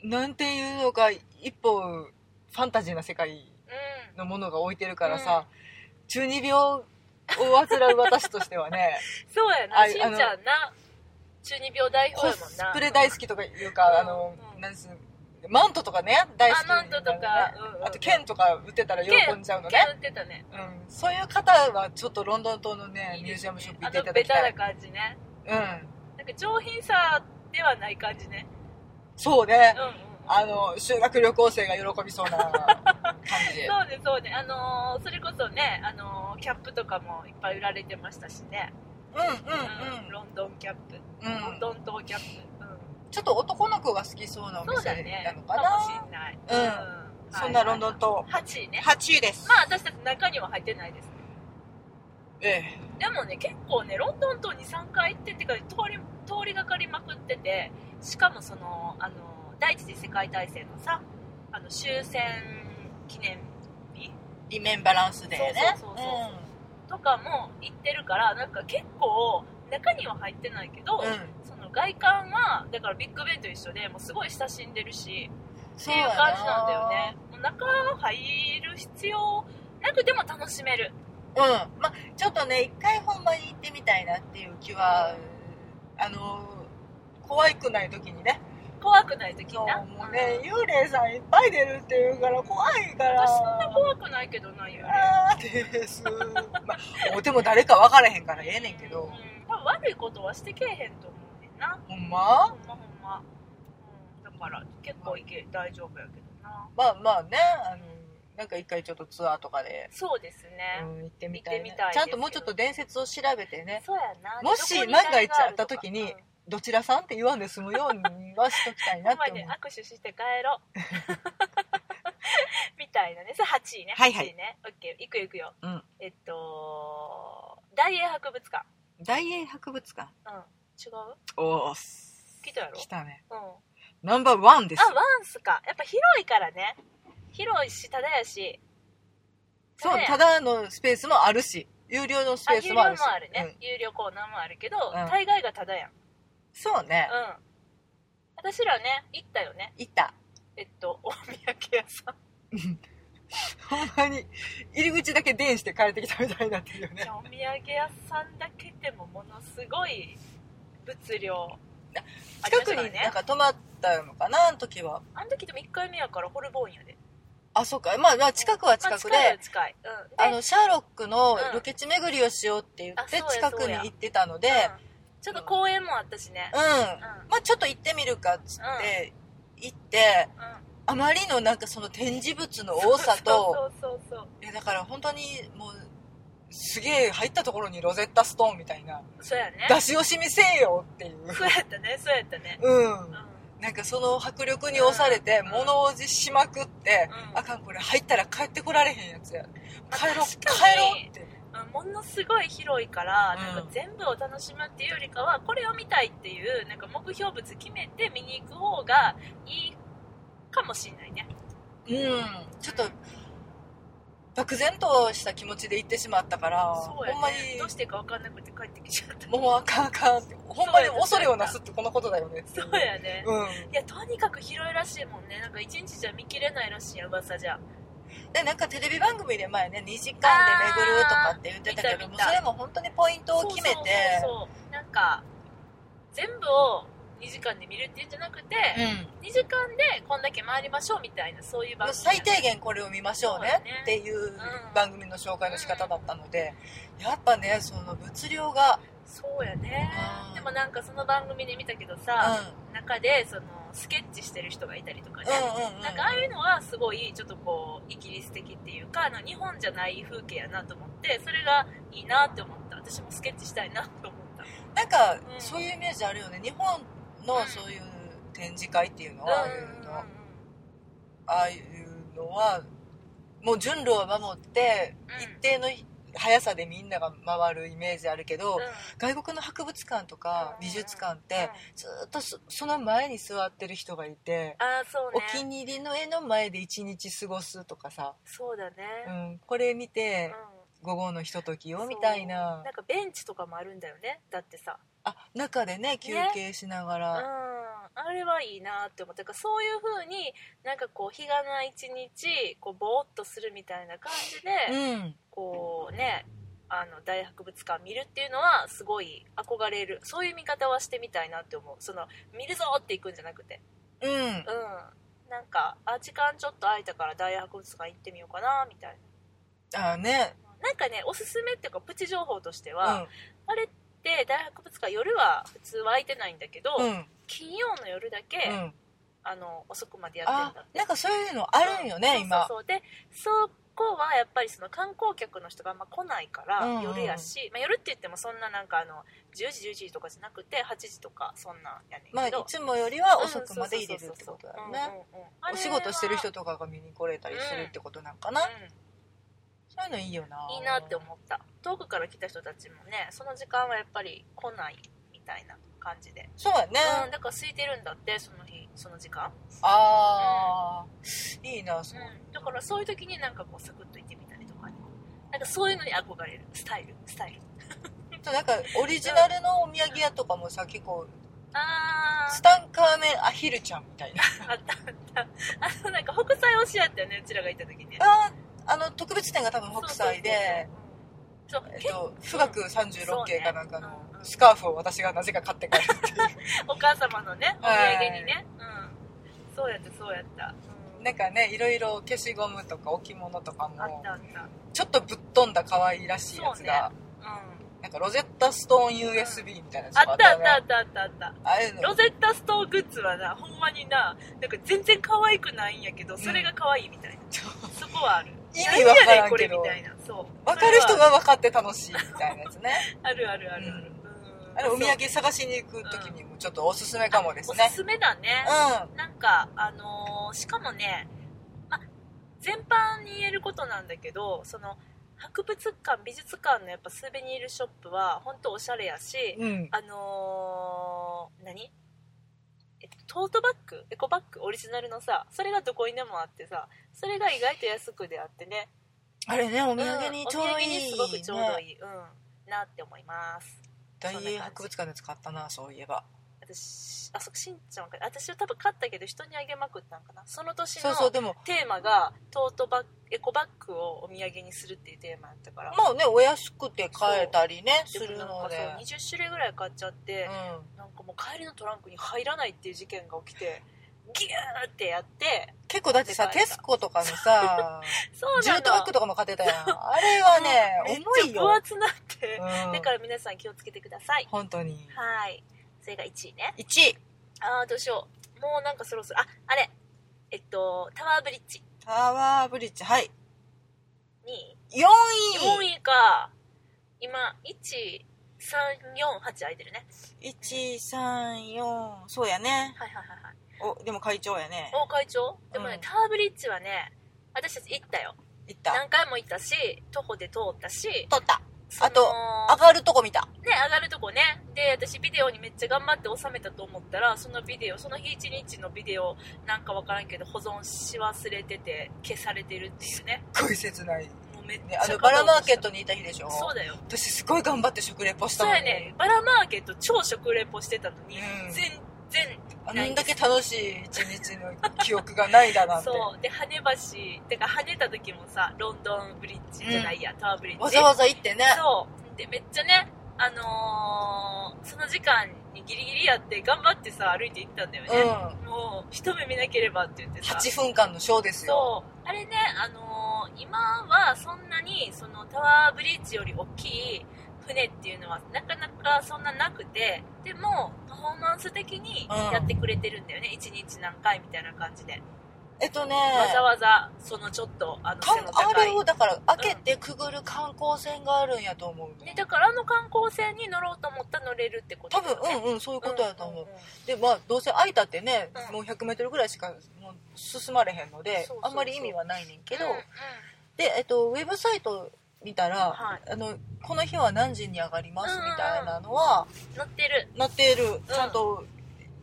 Speaker 2: なんていうのか一歩ファンタジーな世界
Speaker 1: うん
Speaker 2: のものが置いてるからさ、中二病を患う私としては
Speaker 1: <laughs>
Speaker 2: ね
Speaker 1: そうやな
Speaker 2: ああ
Speaker 1: しん
Speaker 2: の
Speaker 1: ちゃんな中二病代表
Speaker 2: コ
Speaker 1: やもん
Speaker 2: ス
Speaker 1: な
Speaker 2: プレ大好きとかいうか、
Speaker 1: うん
Speaker 2: あの
Speaker 1: うん
Speaker 2: なんすマントとかね大好き
Speaker 1: あマントとか、うんうん
Speaker 2: あと剣とか売ってたら喜んじゃうの
Speaker 1: 剣
Speaker 2: ね、
Speaker 1: 売ってたね
Speaker 2: うん、そういう方はちょっとロンドン島のね
Speaker 1: いい
Speaker 2: ミュ
Speaker 1: で
Speaker 2: ー
Speaker 1: す
Speaker 2: ジアムショップ行
Speaker 1: あ
Speaker 2: ってい
Speaker 1: の
Speaker 2: た
Speaker 1: ベ
Speaker 2: だき
Speaker 1: タ
Speaker 2: た、
Speaker 1: ない感じね
Speaker 2: うん、
Speaker 1: なんか上品さではない感じね
Speaker 2: そうね
Speaker 1: うんうん
Speaker 2: あの修学旅行生が喜びそうな感
Speaker 1: <laughs>
Speaker 2: じ
Speaker 1: そうねそうねあのーそれこそねあのーキャップとかもいっぱい売られてましたしね
Speaker 2: うんうん
Speaker 1: うんロンドンキャップ
Speaker 2: うん
Speaker 1: ロ
Speaker 2: う
Speaker 1: ン
Speaker 2: ん
Speaker 1: ドン島キャップ、うん
Speaker 2: ちょっと男の子が好きそうなお
Speaker 1: そうだ
Speaker 2: 店
Speaker 1: ね
Speaker 2: なのかな
Speaker 1: もしんない、
Speaker 2: うんそんなロンドンと
Speaker 1: 8位ね
Speaker 2: 8位です
Speaker 1: まあ私たち中には入ってないです
Speaker 2: ええ
Speaker 1: でもね結構ねロンドン島23回行ってってから通り通りがかりまくっててしかもそのあの第一次世界大戦のさあの終戦記念日
Speaker 2: リメンバランスでね
Speaker 1: そうそうそうとかも行ってるからなんか結構中には入ってないけど、
Speaker 2: うんうん
Speaker 1: その外観はだからビッグベンと一緒でもうすごい親しんでるしって
Speaker 2: そう
Speaker 1: いう
Speaker 2: や
Speaker 1: 感じなんだよねもう中入る必要なくても楽しめる
Speaker 2: うんまあちょっとね一回本場に行ってみたいなっていう気はあの怖くない時にね
Speaker 1: 怖くない時
Speaker 2: 今
Speaker 1: な
Speaker 2: 日もね幽霊さんいっぱい出るっていうから怖いから
Speaker 1: 私そんな怖くないけどな幽霊
Speaker 2: あーです、まあ、お手も誰か分からへんからええねんけ
Speaker 1: うん
Speaker 2: ど、
Speaker 1: 多分悪いことはしてけえへんと思うねんな
Speaker 2: ほんま
Speaker 1: ほんまほんま、うん、だから結構いけ大丈夫やけどな
Speaker 2: まあまあねあのなんか一回ちょっとツアーとかで、
Speaker 1: そうです
Speaker 2: う
Speaker 1: ね、
Speaker 2: ん、行ってみたい,、
Speaker 1: 行ってみたいです
Speaker 2: ちゃんともうちょっと伝説を調べてね
Speaker 1: そうやな
Speaker 2: もし
Speaker 1: どこに
Speaker 2: 万が一あった時に
Speaker 1: 何があるとか
Speaker 2: どちらさんって言わんで済むようにはしときたい
Speaker 1: うん
Speaker 2: な
Speaker 1: こ
Speaker 2: って
Speaker 1: こま <laughs>
Speaker 2: 思う
Speaker 1: で握手して帰ろう <laughs> みたいなねそれ8位ね
Speaker 2: はいはい
Speaker 1: 8位ねオッケーいくよいくよ、
Speaker 2: うん
Speaker 1: えっと大英博物館
Speaker 2: 大英博物館
Speaker 1: うん違う
Speaker 2: おおす
Speaker 1: 来たやろ
Speaker 2: 来たね
Speaker 1: うん
Speaker 2: ナンバーワンです
Speaker 1: あワンスかやっぱ広いからね広いしただやし
Speaker 2: そう
Speaker 1: ね
Speaker 2: ただのスペースもあるし有料のス
Speaker 1: あ
Speaker 2: ペ
Speaker 1: 有
Speaker 2: ース
Speaker 1: 料
Speaker 2: も
Speaker 1: も
Speaker 2: あ
Speaker 1: あ
Speaker 2: る
Speaker 1: る
Speaker 2: し
Speaker 1: ね、
Speaker 2: うん
Speaker 1: 有料コーナーもあるけど、
Speaker 2: ん
Speaker 1: 大概がただやんうん
Speaker 2: そうね、
Speaker 1: 私らね行ったよね
Speaker 2: 行った
Speaker 1: えっと <laughs> お土産屋さん
Speaker 2: ほんまに入り口だけ電して帰ってきたみたいになってるよね
Speaker 1: じゃあお土産屋さんだけでもものすごい物量
Speaker 2: な
Speaker 1: ありまし
Speaker 2: 近
Speaker 1: たか
Speaker 2: く
Speaker 1: ら
Speaker 2: になんか泊まったのかなあの時は
Speaker 1: あの時でも1回目やからホルボーンやで
Speaker 2: あそうかまあまあ近くは近くで、
Speaker 1: まあ近いは近い、うん、で
Speaker 2: あのシャーロックの
Speaker 1: うん
Speaker 2: ロケ地巡りをしようって言
Speaker 1: あそう
Speaker 2: って
Speaker 1: や
Speaker 2: 近くに行ってたので
Speaker 1: うんちょっと公園もあったしね
Speaker 2: うん、
Speaker 1: うん、うん
Speaker 2: まあちょっと行ってみるかっつって行ってあまりのなんかその展示物の多さと
Speaker 1: そうそうそうそう
Speaker 2: いやだから本当にもうすげえ入ったところにロゼッタストーンみたいな、
Speaker 1: そうやね
Speaker 2: 出し惜しみせえよっていう。
Speaker 1: そうやったねそうやったね
Speaker 2: うん
Speaker 1: <laughs> うん。
Speaker 2: なんかその迫力に押されて
Speaker 1: うん
Speaker 2: 物おじしまくって、
Speaker 1: うん
Speaker 2: あかんこれ入ったら帰ってこられへんやつや
Speaker 1: あ
Speaker 2: 帰ろう
Speaker 1: 確
Speaker 2: 帰
Speaker 1: か
Speaker 2: ろ
Speaker 1: に
Speaker 2: うって
Speaker 1: うんものすごい広いから、
Speaker 2: うん
Speaker 1: なんか全部を楽しむっていうよりかはこれを見たいっていうなんか目標物決めて見に行く方がいいかもしれないね
Speaker 2: うんちょっと漠然とした気持ちで行ってしまったから、
Speaker 1: そうや
Speaker 2: ほんまに
Speaker 1: ねどうしてか分かんなくて帰ってきちゃった
Speaker 2: もうあかんあかんってほんまに恐れをなすってこのことだよねってい
Speaker 1: そうやね
Speaker 2: う
Speaker 1: い
Speaker 2: ん
Speaker 1: やとにかく広いらしいもんねなんか一日じゃ見切れないらしいや噂じゃ
Speaker 2: でなんかテレビ番組で前ね2時間で巡るとかって言ってたけ
Speaker 1: あー
Speaker 2: ど
Speaker 1: 見た見
Speaker 2: もう
Speaker 1: た
Speaker 2: それも本当にポイントを決めて
Speaker 1: そうそうそうそうなんか全部を2時間で見るっていうんじゃなくて、
Speaker 2: うん
Speaker 1: 2時間でこんだけ回りましょうみたいなそういう番組
Speaker 2: 最低限これを見ましょう
Speaker 1: そうだ
Speaker 2: ね
Speaker 1: ね
Speaker 2: っていう番組の紹介の仕方だったので、やっぱねその物量が、
Speaker 1: そうやね
Speaker 2: うん
Speaker 1: でもなんかその番組で見たけど
Speaker 2: うん、
Speaker 1: さ、中でそのスケッチしてる人がいたりとかね、
Speaker 2: うんうんうん
Speaker 1: なんかああいうのはすごいちょっとこうイギリス的っていうかあの日本じゃない風景やなと思ってそれがいいなって思った私もスケッチしたいなと思った
Speaker 2: なんか
Speaker 1: うん
Speaker 2: そういうイメージあるよね日本のそういう展示会っていうのは、ああいうのああいうのはもう順路を守って
Speaker 1: うん
Speaker 2: 一定の速さでみんなが回るイメージあるけ
Speaker 1: う
Speaker 2: ど、
Speaker 1: んうん
Speaker 2: 外国の博物館とか
Speaker 1: うん
Speaker 2: 美術館っ
Speaker 1: うん
Speaker 2: てずーっとそその前に座ってる人がいて、
Speaker 1: ああそう
Speaker 2: お
Speaker 1: ね
Speaker 2: 気に入りの絵の前で一日過ごすとかさ、
Speaker 1: そうだね、
Speaker 2: うん、これ見
Speaker 1: う
Speaker 2: て
Speaker 1: ん
Speaker 2: 午後のひととき
Speaker 1: そ
Speaker 2: を
Speaker 1: う
Speaker 2: みたい
Speaker 1: な
Speaker 2: な
Speaker 1: んかベンチとかもあるんだよねだってさ
Speaker 2: あ中でね休憩しなが
Speaker 1: うん
Speaker 2: ら、
Speaker 1: あれはいいなって思っただからそういう風になんかこう日がない一日こうぼーっとするみたいな感じで、
Speaker 2: うん
Speaker 1: こうねあの大博物館見るっていうのはすごい憧れるそういう見方はしてみたいなって思うその見るぞっていくんじゃなくて
Speaker 2: うん
Speaker 1: うんなんかあ時間ちょっと空いたから大博物館行ってみようかなみたい
Speaker 2: あね、
Speaker 1: ななんかねおすすめっていうかプチ情報として
Speaker 2: う
Speaker 1: は、
Speaker 2: ん
Speaker 1: あれって大博物館夜は普通は空いてないんだけど、
Speaker 2: うん
Speaker 1: 金曜の夜だけ、
Speaker 2: うん、
Speaker 1: あの遅くまでやってん
Speaker 2: あ
Speaker 1: だって
Speaker 2: なんかそういうのあるんよね、
Speaker 1: うん
Speaker 2: 今
Speaker 1: そうそうそうでそこはやっぱりその観光客の人があんま来ないから、
Speaker 2: うんうん
Speaker 1: 夜やし、まあ、夜って言ってもそんななんかあの10時11時とかじゃなくて8時とかそんなんやねん
Speaker 2: まあ
Speaker 1: け
Speaker 2: い
Speaker 1: ど、
Speaker 2: つもよりは遅くまで入れるってことだよ
Speaker 1: うんそうそう
Speaker 2: ね
Speaker 1: そうそううんうんうんあれは
Speaker 2: お仕事してる人とかが見に来れたりするってことなんかな、
Speaker 1: う
Speaker 2: そういうのいいよなん
Speaker 1: いいなって思った遠くから来た人たちもねその時間はやっぱり来ないみたいな感じで、
Speaker 2: そうやね、
Speaker 1: うん、だから空いてるんだってその日その時間、
Speaker 2: ああ、いいなそう、
Speaker 1: うん、だからそういう時になんかこうサクッと行ってみたりとかねなんかそういうのに憧れるスタイルスタイル
Speaker 2: となんかオリジナルのお土産屋とかもさ結構
Speaker 1: あ
Speaker 2: ツタンカーメンアヒルちゃんみたい
Speaker 1: <laughs>
Speaker 2: な
Speaker 1: ああったあったあのなんか北斎推しやったよねうちらが行った時ね
Speaker 2: あーあの特別展が多分北斎で
Speaker 1: そうそうそうそう
Speaker 2: えっ
Speaker 1: 結
Speaker 2: と富岳
Speaker 1: そう
Speaker 2: 36
Speaker 1: ね
Speaker 2: 景かなんかの
Speaker 1: うんうん
Speaker 2: スカーフを私がなぜか買って帰るって
Speaker 1: 構お母様のねお土
Speaker 2: はい
Speaker 1: 産にね、うん、そうやったそうやった、
Speaker 2: いううんなんかねいろいろ消しゴムとか置物とか
Speaker 1: あっ
Speaker 2: も
Speaker 1: たあった
Speaker 2: ちょっとぶっ飛んだ可愛いらしいやつが、
Speaker 1: うん
Speaker 2: なんかロゼッタストーン USB みたいなやつ
Speaker 1: あ
Speaker 2: が
Speaker 1: ったあ
Speaker 2: よ
Speaker 1: っ
Speaker 2: ね
Speaker 1: たあったあったあった
Speaker 2: ああいうの
Speaker 1: ロゼッタストーングッズはなほんまにななんか全然可愛くないんやけどそれが可愛いみたいな、そこはある
Speaker 2: 意味わからんけど
Speaker 1: 何やねこれみたいなそう
Speaker 2: 分かる人
Speaker 1: それは
Speaker 2: が分かって楽しいみたいなやつね
Speaker 1: あるあるある <laughs> ある、うん
Speaker 2: あれお土産探しに行く時にもちょっとおすすめかもです
Speaker 1: お
Speaker 2: ね
Speaker 1: すすめだね、
Speaker 2: う
Speaker 1: なんか、あのーしかもね、ま、全般に言えることなんだけどその博物館美術館のやっぱスーベニールショップは本当おしゃれやし、
Speaker 2: んうん
Speaker 1: あのー何えっと、トートバッグエコバッグオリジナルのさそれがどこにでもあってさそれが意外と安くであってね
Speaker 2: あれねお
Speaker 1: お
Speaker 2: 土産にちょうどい
Speaker 1: お土
Speaker 2: い、ね
Speaker 1: 産にすごくちょうどいい、うん、なって思います
Speaker 2: 大英博物館で使ったなそういえば
Speaker 1: 私あそっかしんちゃんか私は多分買ったけど人にあげまくったんかなその年
Speaker 2: そ
Speaker 1: の
Speaker 2: うそうでも
Speaker 1: テーマがトートバッグエコバッグをお土産にするっていうテーマやったから
Speaker 2: まあねお安くて買えたりねす
Speaker 1: でも
Speaker 2: る
Speaker 1: なん
Speaker 2: の
Speaker 1: か
Speaker 2: で
Speaker 1: そう20種類ぐらい買っちゃって、
Speaker 2: うん
Speaker 1: なんかもう帰りのトランクに入らないっていう事件が起きてギューってやって
Speaker 2: 結構だってさ
Speaker 1: でかい
Speaker 2: テ
Speaker 1: さ
Speaker 2: スコとかの
Speaker 1: <laughs>
Speaker 2: さ
Speaker 1: そう
Speaker 2: ジ
Speaker 1: な
Speaker 2: ュ
Speaker 1: の
Speaker 2: ートバッグとかも買ってたやんあれは
Speaker 1: うん
Speaker 2: ね重いよ
Speaker 1: <laughs> めっちゃ分厚なって、
Speaker 2: うん
Speaker 1: だから皆さん気をつけてください
Speaker 2: 本当に
Speaker 1: はいそれが1位ね
Speaker 2: 1位
Speaker 1: ああどうしようもうなんかそろそろああれえっとタワーブリッジ
Speaker 2: タワーブリッジはい
Speaker 1: 2位
Speaker 2: 4位
Speaker 1: 4位か今1348空いてるね
Speaker 2: 134そうやね
Speaker 1: はいはいはいはい
Speaker 2: おでも会長やね
Speaker 1: 大会長でもね、
Speaker 2: うん
Speaker 1: タワーブリッジはね私たち行ったよ
Speaker 2: 行った
Speaker 1: 何回も行ったし徒歩で通ったし
Speaker 2: 撮った
Speaker 1: その
Speaker 2: あと上がるとこ見た
Speaker 1: ね上がるとこねで私ビデオにめっちゃ頑張って収めたと思ったらそのビデオその日一日のビデオなんかわからんけど保存し忘れてて消されてるっていうね
Speaker 2: すっごい切ない
Speaker 1: もうめっち
Speaker 2: ね
Speaker 1: ゃ
Speaker 2: あのバラマーケッ
Speaker 1: ト
Speaker 2: トにいた日でしょ
Speaker 1: そうだよ
Speaker 2: 私すごい頑張って食レポした
Speaker 1: そう
Speaker 2: の
Speaker 1: や
Speaker 2: に
Speaker 1: ねバラマーケット超食レポしてたのに、
Speaker 2: うん
Speaker 1: 全然
Speaker 2: あんだけ楽しい一日の記憶がないだなんて
Speaker 1: <laughs> そうで跳ね橋てか跳ねた時もさロンドンブリッジじゃないや、タワーブリッジ
Speaker 2: わざわざ行ってね
Speaker 1: そうでめっちゃねあのーその時間にギリギリやって頑張ってさ歩いて行ったんだよね、
Speaker 2: う
Speaker 1: もう一目見なければって言って
Speaker 2: ん
Speaker 1: さ
Speaker 2: 8分間のショーですよ
Speaker 1: そうあれねあのー今はそんなにそのタワーブリッジより大きい船っていうのはなかなかそんななくてでもパフォーマンス的に
Speaker 2: うん
Speaker 1: やってくれてるんだよね、一日何回みたいな感じで、
Speaker 2: えっとね
Speaker 1: わざわざそのちょっとあの
Speaker 2: かん
Speaker 1: 背の
Speaker 2: あ
Speaker 1: 高い
Speaker 2: れをだから開けてくぐる観光船があるんやと思う
Speaker 1: ね、だからあの観光船に乗ろうと思ったら乗れるってこと
Speaker 2: 多
Speaker 1: だよ
Speaker 2: 分
Speaker 1: ね
Speaker 2: うんうんそういうことやと思う
Speaker 1: うんうん
Speaker 2: でまあどうせ開いたってね
Speaker 1: うん
Speaker 2: もう 100m ぐらいしかもう進まれへんの
Speaker 1: そ
Speaker 2: で
Speaker 1: うそうそう
Speaker 2: あんまり意味はないねんけど
Speaker 1: うんうん
Speaker 2: でえっとウェブサイト見たら
Speaker 1: はい、
Speaker 2: あのこの日は何時に上がりますみたいなのは
Speaker 1: 乗ってる
Speaker 2: 載っているちゃんと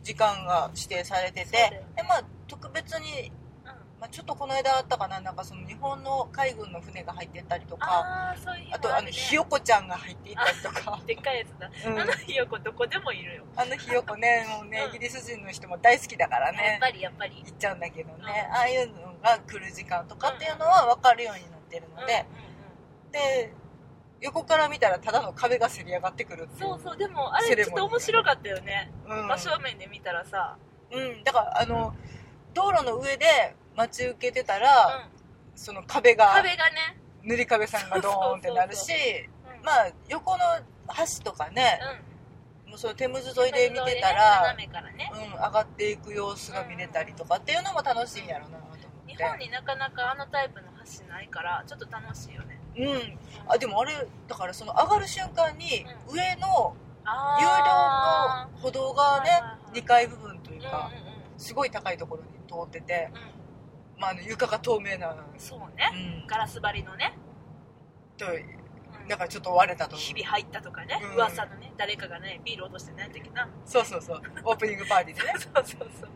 Speaker 2: 時間が指定されて
Speaker 1: そうだよ
Speaker 2: て
Speaker 1: ね
Speaker 2: でまあ特別に
Speaker 1: うん
Speaker 2: まあちょっとこの間あったかななんかその日本の海軍の船が入ってったりとか
Speaker 1: ああそういう日も
Speaker 2: あとあの
Speaker 1: るね
Speaker 2: ひよこちゃんが入っていたりとか、
Speaker 1: でっかいやつだ、
Speaker 2: うん
Speaker 1: あのひよこどこでもいるよ、
Speaker 2: あのひよこねもうね
Speaker 1: うん
Speaker 2: イギリス人の人も大好きだから
Speaker 1: やっ
Speaker 2: ね
Speaker 1: ぱりやっぱり
Speaker 2: 行っちゃうんだけどね
Speaker 1: うん
Speaker 2: ああいうのが来る時間とかっていうのは分かるようになってるので、
Speaker 1: う
Speaker 2: で横から見たらただの壁がせり上がってくるってい
Speaker 1: んうんうんそうそうでもあ
Speaker 2: セ
Speaker 1: れ
Speaker 2: レ
Speaker 1: ちょ
Speaker 2: モニ
Speaker 1: っ
Speaker 2: ー
Speaker 1: と面白かったよね、
Speaker 2: うん
Speaker 1: 真正面で見たらさ、
Speaker 2: うん、だからあの道路の上で待ち受けてた
Speaker 1: うん
Speaker 2: ら、その壁が
Speaker 1: 壁がね、
Speaker 2: 塗り壁さんがドーンってなるし
Speaker 1: そううん
Speaker 2: まあ横の橋とかね、もうそのテムズ沿いで見てた
Speaker 1: うん
Speaker 2: ら、
Speaker 1: 斜めからね
Speaker 2: うん、上がっていく様子が見れたりとかっていうのも楽しいんやろうなと思って
Speaker 1: 日本になかなかあのタイプの橋ないからちょっと楽しいよね
Speaker 2: うんあでもあれだからその上がる瞬間に上の有
Speaker 1: あ
Speaker 2: 料の歩道が
Speaker 1: はいは
Speaker 2: ね
Speaker 1: いはい
Speaker 2: 2階部分という
Speaker 1: ー
Speaker 2: か
Speaker 1: うんうんうん
Speaker 2: すごい高いところに通ってて、
Speaker 1: う
Speaker 2: まあ、あの床が透明な、
Speaker 1: んそう
Speaker 2: う
Speaker 1: ね
Speaker 2: ん、
Speaker 1: ガラス張りのね、
Speaker 2: と
Speaker 1: うん
Speaker 2: なんかちょっと割れたと思
Speaker 1: 日
Speaker 2: う
Speaker 1: 々入ったとかね、
Speaker 2: うん
Speaker 1: 噂のね誰かがねビール落としてない時な
Speaker 2: そうそうそうオープニングパーティーでね
Speaker 1: <laughs> そうそうそう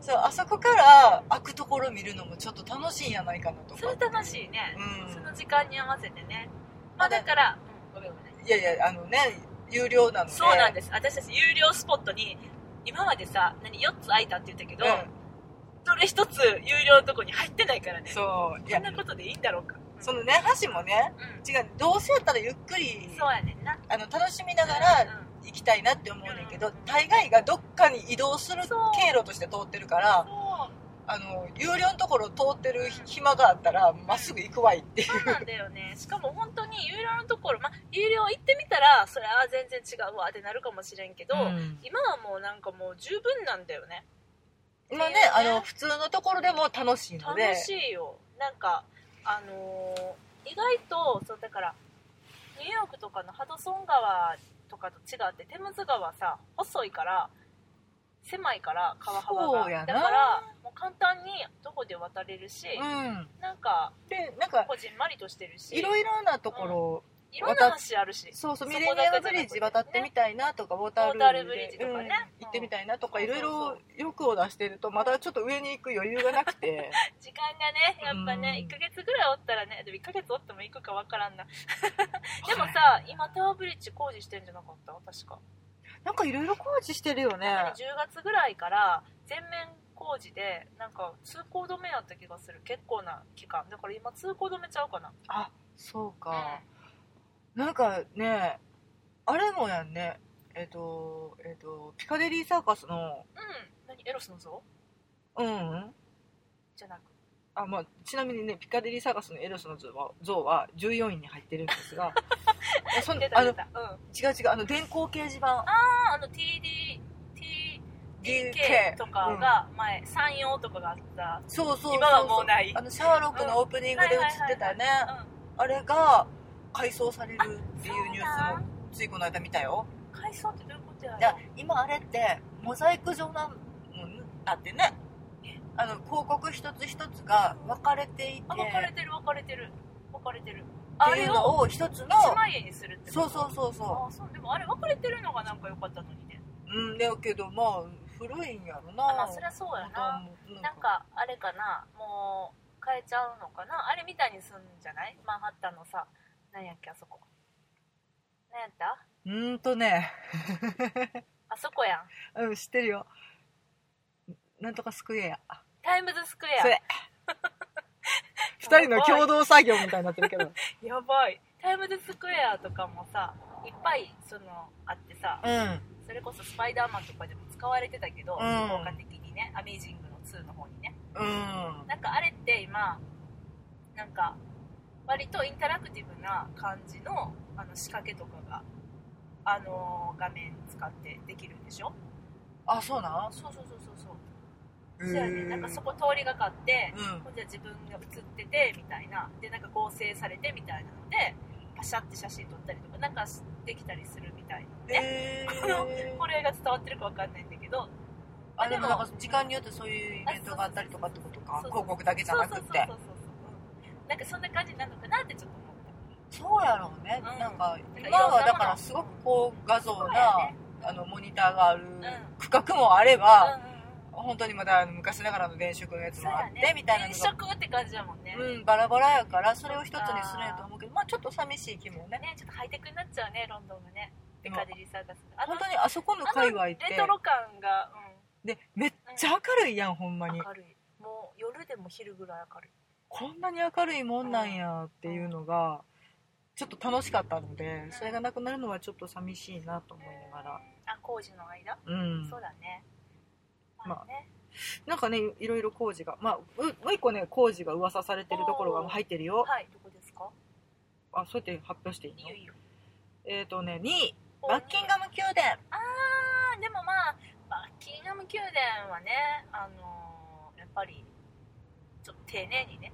Speaker 2: そうあそこから開くところ見るのもちょっと楽しいんやないかなと
Speaker 1: そ
Speaker 2: か
Speaker 1: れ楽しいね、
Speaker 2: うん
Speaker 1: その時間に合わせてねまあ
Speaker 2: ただ
Speaker 1: だから、うんごめんごめん
Speaker 2: いやいやあのね有料なので
Speaker 1: そうなん
Speaker 2: で
Speaker 1: です私たち有料スポットに今までさ何4つ空いたって言ったけど、どれ1つ有料のとこに入ってないからねそ
Speaker 2: そういや
Speaker 1: んなことでいいんだろうか
Speaker 2: そ
Speaker 1: うん、
Speaker 2: のね箸もね違うどうせやったらゆっくり
Speaker 1: そうやねんな
Speaker 2: あの楽しみなが
Speaker 1: うん
Speaker 2: ら行きたいなって思うねんだけど大概がどっかに移動する
Speaker 1: そう
Speaker 2: 経路として通ってるから
Speaker 1: そ
Speaker 2: あの有料のところ通ってる暇があったらまっすぐ行くわいっていう
Speaker 1: うそうなんだよねしかも本当に有料のところまあ有料行ってみたらそれは全然違うわってなるかもしれんけど、
Speaker 2: うん
Speaker 1: 今はもうなんかもう十分なんだよね
Speaker 2: まあねあの普通のところでも楽しいの
Speaker 1: 楽
Speaker 2: で
Speaker 1: しいよなんかあのー意外とそうだからニューヨークとかのハドソン川とかと違ってテムズ川さ細いから狭いから川幅
Speaker 2: そう
Speaker 1: が
Speaker 2: や
Speaker 1: だ
Speaker 2: な
Speaker 1: からもう簡単にどこで渡れるし、
Speaker 2: うん
Speaker 1: なんか
Speaker 2: でなんか
Speaker 1: こじんまりとしてるし
Speaker 2: いろいろなところを
Speaker 1: いろんな橋あるし
Speaker 2: そうそう
Speaker 1: そこ
Speaker 2: ミ
Speaker 1: だけ
Speaker 2: レニアムブリッジ渡ってみたいなとか、ウォーター
Speaker 1: ウォ
Speaker 2: ルー
Speaker 1: ータールーブリッジとかね
Speaker 2: うん行ってみたいなとか
Speaker 1: うん
Speaker 2: いろい
Speaker 1: そう
Speaker 2: ろ
Speaker 1: そう
Speaker 2: 欲を出してるとまだちょっと上に行く余裕がなくて
Speaker 1: 時間がねやっぱね
Speaker 2: うん
Speaker 1: 1ヶ月ぐらいおったらねでも1ヶ月おっても行くかわからんなでもさ今タワーブリッジ工事してんじゃなかった確か
Speaker 2: なんかいろいろ工事してるよね
Speaker 1: なんかね10月ぐらいから全面工事でなんか通行止めやった気がする結構な期間だから今通行止めちゃうかな
Speaker 2: あそうか、なんかねあれもやんねえっ、とえっ、とピカデリーサーカスの
Speaker 1: うん何エロスの像
Speaker 2: うんうん
Speaker 1: じゃなく
Speaker 2: あまあ、ちなみにねピカデリーサーカスのエロスの像は像は14位に入ってるんで
Speaker 1: <laughs>
Speaker 2: すがいやそん
Speaker 1: 出た
Speaker 2: あ
Speaker 1: 出
Speaker 2: の
Speaker 1: たうんあ
Speaker 2: 違う違うあの電光掲示板
Speaker 1: あの TDTK とかが前山陽とかがあった
Speaker 2: そうそうそうそう
Speaker 1: 今はもうない
Speaker 2: あのシャーロックのオープニングで映ってたね、
Speaker 1: うん
Speaker 2: あれが改装されるっていうニュースもついこの間見たよ
Speaker 1: 改装ってどういうことや
Speaker 2: だ
Speaker 1: ろ
Speaker 2: 今あれってモザイク状なのになってねあの広告一つ一つが分かれていて
Speaker 1: あ分かれてる分かれてる分かれてる
Speaker 2: っ
Speaker 1: あ
Speaker 2: てい
Speaker 1: れ
Speaker 2: う
Speaker 1: を
Speaker 2: のを一つの
Speaker 1: 1万円にするって
Speaker 2: そう
Speaker 1: う
Speaker 2: そうそうそ
Speaker 1: あそうでもあれ分かれてるのがなんか良かったのにね
Speaker 2: ううんだけどまあ古いんやろな
Speaker 1: あまあそりゃそうやな
Speaker 2: 元々
Speaker 1: なんかあれかなもう変えちゃうのかなあれみたいにすんじゃないマンハッタンのさなんやっけあそこなんやった
Speaker 2: うーんとね
Speaker 1: あそこやん
Speaker 2: うん知ってるよなんとかスクエア
Speaker 1: タイムズスクエ
Speaker 2: そ
Speaker 1: ア
Speaker 2: れ二人の共同作業みたいになってるけど
Speaker 1: やばいタイムズスクエアとかもさいっぱいそのあってさ
Speaker 2: うん
Speaker 1: それこそスパイダーマンとかでも使われてたけど、
Speaker 2: うん
Speaker 1: 効果的にねアメージングの2の方にね
Speaker 2: うん
Speaker 1: なんかあれって今なんか割とインタラクティブな感じのあの仕掛けとかがあの画面使ってできるんでしょ
Speaker 2: あそうな
Speaker 1: そうそうそうそうそ
Speaker 2: ん
Speaker 1: うそうやねなんかそこ通りがかって
Speaker 2: うん
Speaker 1: ほんじゃ自分が映っててみたいなでなんか合成されてみたいなのでパシャって写真撮ったりとかなんかできたりするみたいなので、
Speaker 2: え
Speaker 1: このこれが伝わってるかわかんないんだけど
Speaker 2: あでもなんか時間によってそういうイベントがあったりとかってことか
Speaker 1: そうそう
Speaker 2: 広告だけじゃなく
Speaker 1: そ
Speaker 2: って
Speaker 1: うそうそうそうそううんなんかそんな感じなのかなってちょっと思った
Speaker 2: そうやろうね、
Speaker 1: うん
Speaker 2: なんか
Speaker 1: んか
Speaker 2: 今はだからすごくこう画像
Speaker 1: そうや
Speaker 2: な、
Speaker 1: ね
Speaker 2: あのモニターがある
Speaker 1: うん
Speaker 2: 区画もあれば、
Speaker 1: う
Speaker 2: 本当にまだあの昔ながらの電飾のやつ
Speaker 1: ん
Speaker 2: もあっ
Speaker 1: うん
Speaker 2: て、
Speaker 1: そうやね
Speaker 2: みたいなの
Speaker 1: 転
Speaker 2: が、
Speaker 1: 職って感じだもんね
Speaker 2: うん、バラバラやからそれを一つにするんやと思うけどまあちょっと寂しい気もね
Speaker 1: ねちょっとハイテクになっちゃうねロンドンがねピ
Speaker 2: でも
Speaker 1: カデリーサーカスがあの
Speaker 2: 本当にあそこの界隈って
Speaker 1: レトロ感が
Speaker 2: でめっちゃ明るいやんほんま
Speaker 1: うん
Speaker 2: に
Speaker 1: 明るいもう夜でも昼ぐらい明るい
Speaker 2: こんなに明るいもんなんやっていうのがちょっと楽しかったのでそれがなくなるのはちょっと寂しいなと思いながら
Speaker 1: あ工事の間
Speaker 2: うん
Speaker 1: そうだね
Speaker 2: まあ
Speaker 1: まあね
Speaker 2: なんかねいろいろ工事がまあうもう一個ね工事が噂されてるところが入ってるよ
Speaker 1: はいどこですか
Speaker 2: あそうやって発表していい
Speaker 1: いい
Speaker 2: の
Speaker 1: よいいよ
Speaker 2: えっ、とね2位バッキンガム宮殿
Speaker 1: あーでもまあバッキンガム宮殿はねあのーやっぱりちょっと丁寧にね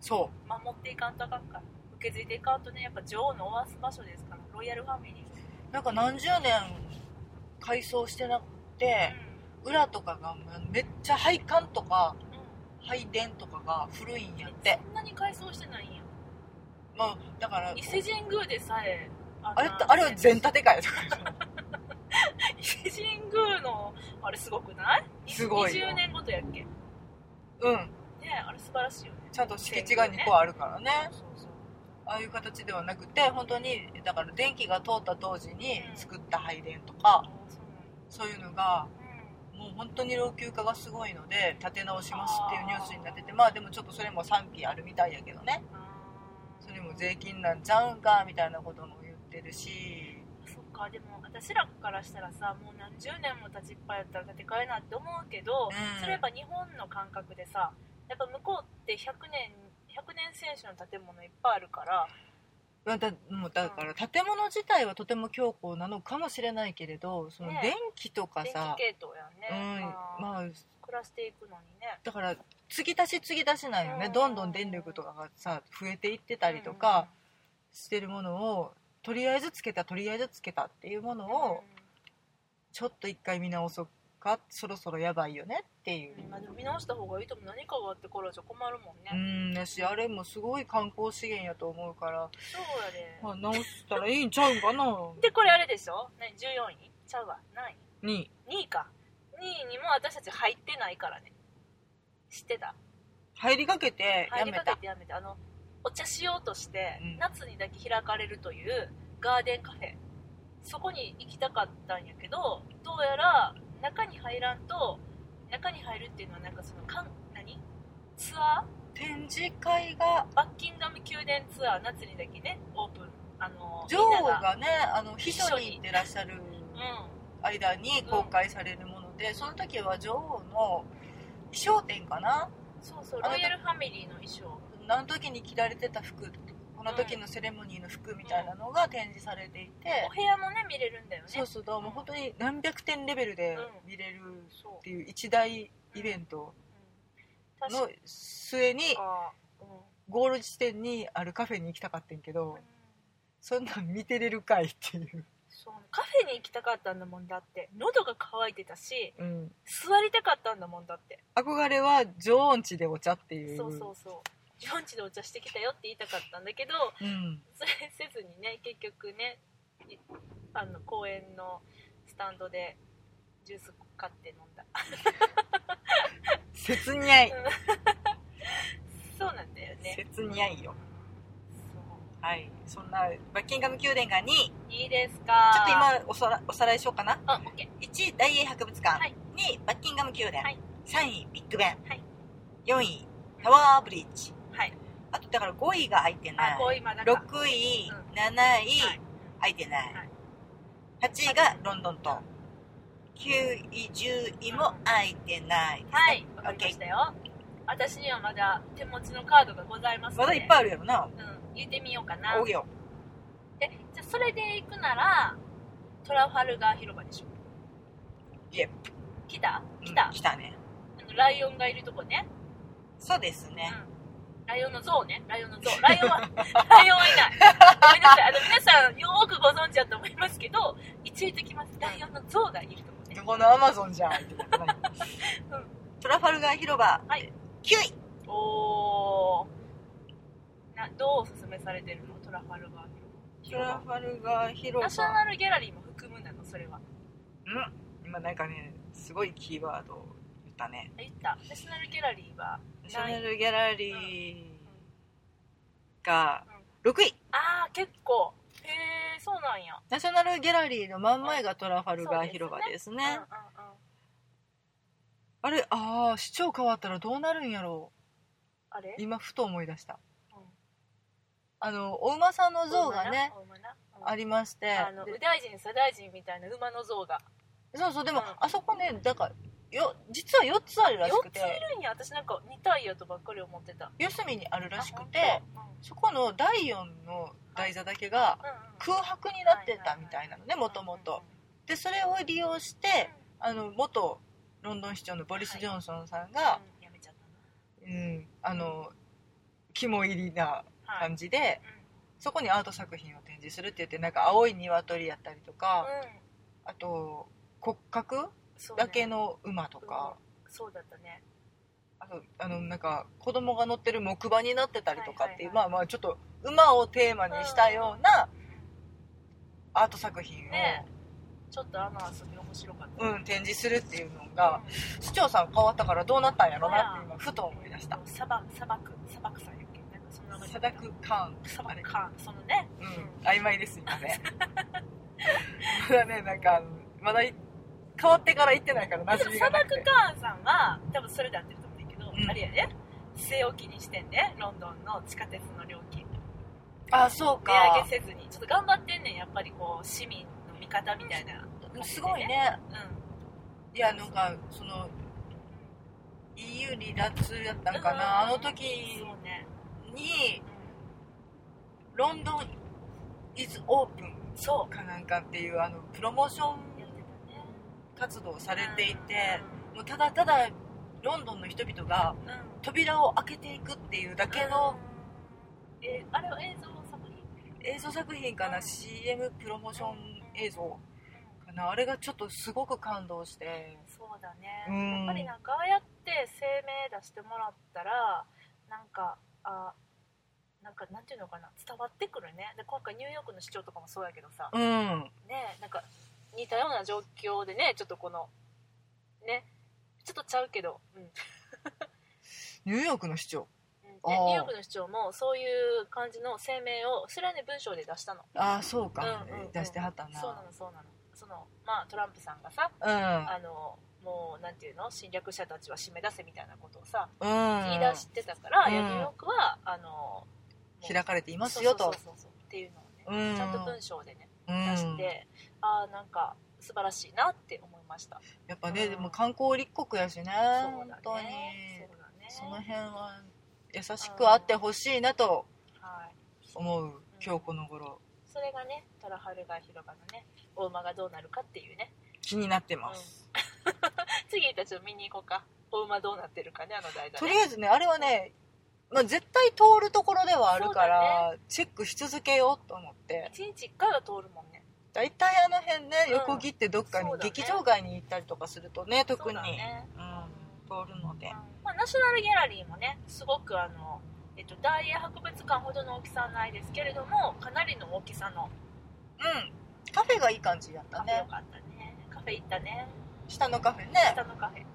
Speaker 2: そ
Speaker 1: 守っていかんとあかんから受け継いでいかんとねやっぱ女王のおわす場所ですからロイヤルファミリー、
Speaker 2: うなんか何十年改装してなくて裏とかがめっちゃ配管とか
Speaker 1: うん
Speaker 2: 配電とかが古いんやっ
Speaker 1: え
Speaker 2: て
Speaker 1: そんなに改装してないんや
Speaker 2: まあだから
Speaker 1: 伊勢神宮でさえあんな
Speaker 2: あれってあれは全建てかよ <laughs>
Speaker 1: 伊勢神宮のあれすごくない
Speaker 2: すごいよ
Speaker 1: 20年ごとやっけね
Speaker 2: うん
Speaker 1: あれ素晴らしいよね
Speaker 2: ちゃんと敷地が2個あるからね
Speaker 1: そうそう
Speaker 2: ああいう形ではなくて本当にだから電気が通った当時に作った配電と
Speaker 1: あ
Speaker 2: か
Speaker 1: そうな
Speaker 2: そういうのが
Speaker 1: んやうん
Speaker 2: もう本当に老朽化がすごいので建て直しますっていうニュースになっててまあでもちょっとそれも賛否あるみたいやけどね
Speaker 1: あー
Speaker 2: それも税金なんちゃうんかみたいなことも言ってるし
Speaker 1: そっかでも私らからしたらさもう何十年も立ちっぱやったら建て替えなって思うけど、
Speaker 2: うん
Speaker 1: それやっぱ日本の感覚でさやっぱ向こうって100年100年選手の建物いっぱいあるから
Speaker 2: まあだもうだから建物自体はとても強固なのかもしれないけれどその
Speaker 1: ね
Speaker 2: 電気とか
Speaker 1: 電気
Speaker 2: さ、
Speaker 1: 系統やんね、
Speaker 2: うん
Speaker 1: まあ
Speaker 2: まあ
Speaker 1: 暮らしていくのにね
Speaker 2: だから継ぎ足し継ぎ足しなんよね、
Speaker 1: うん
Speaker 2: どんどん電力とかがさ増えていってたりとかしてるものをとりあえずつけたとりあえずつけたっていうも
Speaker 1: う
Speaker 2: の
Speaker 1: んうんうん
Speaker 2: をちょっと一回見直そうかそろそろやばいよねっていう
Speaker 1: うんまあ、でも見直した方がいいとも何かがあってからじゃ困るもん
Speaker 2: う
Speaker 1: ね、
Speaker 2: んやしあれもすごい観光資源やと思うから、
Speaker 1: そうやで、
Speaker 2: まあ、直したらいいんちゃうかな
Speaker 1: でこれあれでしょ何14位ちゃうわ何位
Speaker 2: に
Speaker 1: 2位か2位にも私たち入ってないからね知ってた
Speaker 2: 入りかけてや
Speaker 1: 入り
Speaker 2: め
Speaker 1: か
Speaker 2: た
Speaker 1: けてやめてあのお茶しようとして、
Speaker 2: うん
Speaker 1: 夏にだけ開かれるというガーデンカフェそこに行きたかったんやけどどうやら中に入らんと中に入るっていうのはなんかそのかん何ツア
Speaker 2: 展示会が
Speaker 1: ーバッキンガム宮殿ツアー夏にだけねオープンあの
Speaker 2: 女王
Speaker 1: みんな
Speaker 2: がねあの秘書に行ってらっしゃる
Speaker 1: う
Speaker 2: 間に公開されるもので、その時は女王の衣装展かなん
Speaker 1: そうそう
Speaker 2: あの
Speaker 1: ロイヤルファミリーの衣装
Speaker 2: あの時に着られてた服この時のセレモニーの服みたいなのが展示されていて
Speaker 1: お、部屋もね見れるんだよね
Speaker 2: そうそうどうも本当に何百点レベルで
Speaker 1: うん
Speaker 2: 見れる
Speaker 1: そう
Speaker 2: っていう一大イベント
Speaker 1: うん確
Speaker 2: の末に
Speaker 1: か、うん
Speaker 2: ゴール地点にあるカフェに行きたかってんけどそんなん見てれるかいっていう、
Speaker 1: そうカフェに行きたかったんだもんだって喉が渇いてたし
Speaker 2: うん、
Speaker 1: 座りたかったんだもんだって
Speaker 2: 憧れは常温地でお茶っていう
Speaker 1: そうそうそう日本地でお茶してきたよって言いたかったんだけど
Speaker 2: うん、
Speaker 1: それせずにね結局ねいあの公園のスタンドでジュース買って飲んだ
Speaker 2: 切にゃい
Speaker 1: そうなんだよね
Speaker 2: 切にゃいよ
Speaker 1: そう
Speaker 2: はいそんなバッキンガム宮殿が2位
Speaker 1: いいです
Speaker 2: ちょっと
Speaker 1: か
Speaker 2: 今おさらおさらいしようかな
Speaker 1: と今あオッケ
Speaker 2: 1位大英博物館、
Speaker 1: はい
Speaker 2: 2位バッキンガム宮殿、
Speaker 1: はい
Speaker 2: 3位ビッグベン、
Speaker 1: はい
Speaker 2: 4位タワーブリッジ
Speaker 1: ーはい
Speaker 2: あとだから5位が入ってない
Speaker 1: あこう今だ
Speaker 2: 6
Speaker 1: か
Speaker 2: 位、
Speaker 1: うん
Speaker 2: 7位、
Speaker 1: はい
Speaker 2: 入ってない、
Speaker 1: はい
Speaker 2: 8位がロンドントン9位10位も入ってない
Speaker 1: はいわかりましたよ私にはまだ手持ちのカードがございますの
Speaker 2: ま
Speaker 1: で
Speaker 2: だいっぱいあるやろな
Speaker 1: うん言ってみようかな
Speaker 2: おうよ
Speaker 1: えじゃあそれで行くならトラファルガー広場でしょ
Speaker 2: いえ
Speaker 1: 来た
Speaker 2: うん
Speaker 1: 来た、
Speaker 2: 来たね
Speaker 1: あのライオンがいるとこね
Speaker 2: そうですね、
Speaker 1: ライオンの像ねライオンの像ライオンは <laughs> ライオンはいないごめんなさいあの皆さんよーくご存知だと思いますけど一応言っときますライオンの像がいるとこね
Speaker 2: どこのアマゾンじゃんってことない
Speaker 1: うん
Speaker 2: トラファルガー広場、
Speaker 1: はい
Speaker 2: 9位
Speaker 1: おーなどうおすすめされてるのトラファルガー
Speaker 2: ト
Speaker 1: 広
Speaker 2: ラ
Speaker 1: 場
Speaker 2: ファルガー
Speaker 1: ナ
Speaker 2: 広
Speaker 1: ショナ
Speaker 2: 場
Speaker 1: ルギャラリーも含むなのそれは
Speaker 2: うん今なんかねすごいキーワード言ったね
Speaker 1: あ言ったナショナルギャラリーは
Speaker 2: ナショナルギャラリーが6位
Speaker 1: ああ結構へえそうなんや
Speaker 2: ナショナルギャラリーの真ん前がトラファルガー広場ですね
Speaker 1: うんうんうん
Speaker 2: あれああ市長変わったらどうなるんやろ
Speaker 1: あれ
Speaker 2: う今ふと思い出した
Speaker 1: うん
Speaker 2: あのお馬さんの像がね
Speaker 1: 馬な馬な
Speaker 2: ありまして
Speaker 1: あの右大臣左大臣みたいな馬の像が
Speaker 2: でそうそうでも、
Speaker 1: うん
Speaker 2: あそこねだからよ実は4つあるらし
Speaker 1: 4
Speaker 2: く
Speaker 1: つ
Speaker 2: て
Speaker 1: いるんや私なんか2体やとばっかり思ってた
Speaker 2: 四隅にあるらしく
Speaker 1: あ
Speaker 2: て
Speaker 1: ほん
Speaker 2: そこの第4の台座だけが
Speaker 1: とうんうんうん
Speaker 2: 空白になってたみたいなのねもともとでそれを利用してあの元ロンドン市長のボリス・ジョンソンさん
Speaker 1: うんうん
Speaker 2: が、
Speaker 1: うんやめちゃった
Speaker 2: うん、あの肝入りな
Speaker 1: なはい
Speaker 2: 感じで、そこにアート作品を展示するって言ってなんか青い鶏やったりとか、
Speaker 1: うんうん
Speaker 2: あと骨格
Speaker 1: そうね
Speaker 2: だけの馬とか、
Speaker 1: うんそうだったね
Speaker 2: あとあのなんか子供が乗ってる木馬になってたりとかってい
Speaker 1: はいはい
Speaker 2: う、
Speaker 1: はい
Speaker 2: まあまあちょっと馬をテーマにしたようなアート作品を、
Speaker 1: ねちょっとあの遊び面白かった
Speaker 2: うん、展示するっていうの
Speaker 1: う
Speaker 2: が、市長さん変わったからどうなったんやろなって今ふと思い出した
Speaker 1: ん砂漠砂漠砂漠さんやっけなんかその名前だ
Speaker 2: サ
Speaker 1: った
Speaker 2: ダク・カーン
Speaker 1: 砂漠かそのね
Speaker 2: うん、曖昧ですいません <laughs> まだねなんかあのまだい変わってから行ってないから馴
Speaker 1: でも
Speaker 2: 染み
Speaker 1: 砂
Speaker 2: がな
Speaker 1: 漠
Speaker 2: くて
Speaker 1: カーンさんは多分それで合ってると思うんだけど、
Speaker 2: うん
Speaker 1: あれやね据え置きにしてんねロンドンの地下鉄の料金
Speaker 2: あそう
Speaker 1: 値上
Speaker 2: か
Speaker 1: げせずにちょっと頑張ってんねんやっぱりこう市民の味方みたいな、
Speaker 2: すごいね
Speaker 1: うん、
Speaker 2: いやなんかその EU 離脱やったんかな、
Speaker 1: うん
Speaker 2: あの時
Speaker 1: そうね、
Speaker 2: に
Speaker 1: うん
Speaker 2: ロンドンイズオープン
Speaker 1: そ
Speaker 2: かなんかっていうあのプロモーション
Speaker 1: うやってたね
Speaker 2: 活動をされていて、もうただただロンドンの人々が
Speaker 1: うんうん
Speaker 2: 扉を開けていくっていうだけの
Speaker 1: うんえあれは映像作品
Speaker 2: 映像作品かな、
Speaker 1: うん
Speaker 2: CM プロモーション映像かなあれがちょっとすごく感動して
Speaker 1: そうだね、
Speaker 2: うん
Speaker 1: やっぱりなんかああやって声明出してもらったらなんかあなんかなんていうのかな伝わってくるねで今回ニューヨークの市長とかもそうやけどさ、
Speaker 2: うん
Speaker 1: ねなんか似たような状況でねちょっとこのねちょっとちゃうけど、うん
Speaker 2: ニューヨークの市長
Speaker 1: うんでニ
Speaker 2: あー
Speaker 1: ューヨークの市長もそういう感じの声明をそれはね文章で出したの
Speaker 2: ああそうか、
Speaker 1: うんうんうん
Speaker 2: 出してはったな
Speaker 1: そうなのそうなのそのまあトランプさんがさあのもうなんていうの侵略者たちは締め出せみたいなことをさ
Speaker 2: うん、うん、
Speaker 1: 言い出してたから、
Speaker 2: うん
Speaker 1: いやニューヨークはあの
Speaker 2: 開
Speaker 1: き
Speaker 2: かれていますよと
Speaker 1: そうそうそうそうっていうのをね、
Speaker 2: うん
Speaker 1: ちゃんと文章でね
Speaker 2: うん
Speaker 1: 出して、ああなんか素晴らしいなって思いました、
Speaker 2: やっぱね、
Speaker 1: うん
Speaker 2: でも観光立国やしね
Speaker 1: そう
Speaker 2: 本
Speaker 1: だね
Speaker 2: 当に
Speaker 1: そうだね
Speaker 2: その辺は優しくあってほしいなと
Speaker 1: はい
Speaker 2: 思う、今日この頃
Speaker 1: それがねトラハルガー広場のねお馬がどうなるかっていうね
Speaker 2: 気になってます、
Speaker 1: <laughs> 次たちょっと見に行こうかお馬どうなってるかねあの台座
Speaker 2: と
Speaker 1: ね
Speaker 2: りあえずねあれはねまあ、絶対通るところではあるから、チェックし続けようと思って
Speaker 1: 1日1回は通るもんね
Speaker 2: 大体あの辺ね
Speaker 1: うん
Speaker 2: 横切ってどっかに、
Speaker 1: そうだね
Speaker 2: 劇場外に行ったりとかするとね特
Speaker 1: そう
Speaker 2: に
Speaker 1: だ
Speaker 2: う,、
Speaker 1: ね
Speaker 2: ん通るので
Speaker 1: まあ、ナショナルギャラリーもねすごくあの、えっと、大英博物館ほどの大きさはないですけれどもかなりの大きさの
Speaker 2: うんカフェがいい感じやっ
Speaker 1: カ
Speaker 2: た
Speaker 1: フェよ
Speaker 2: ね
Speaker 1: かったねカフェ行ったね
Speaker 2: 下のカフェね
Speaker 1: 下のカフェ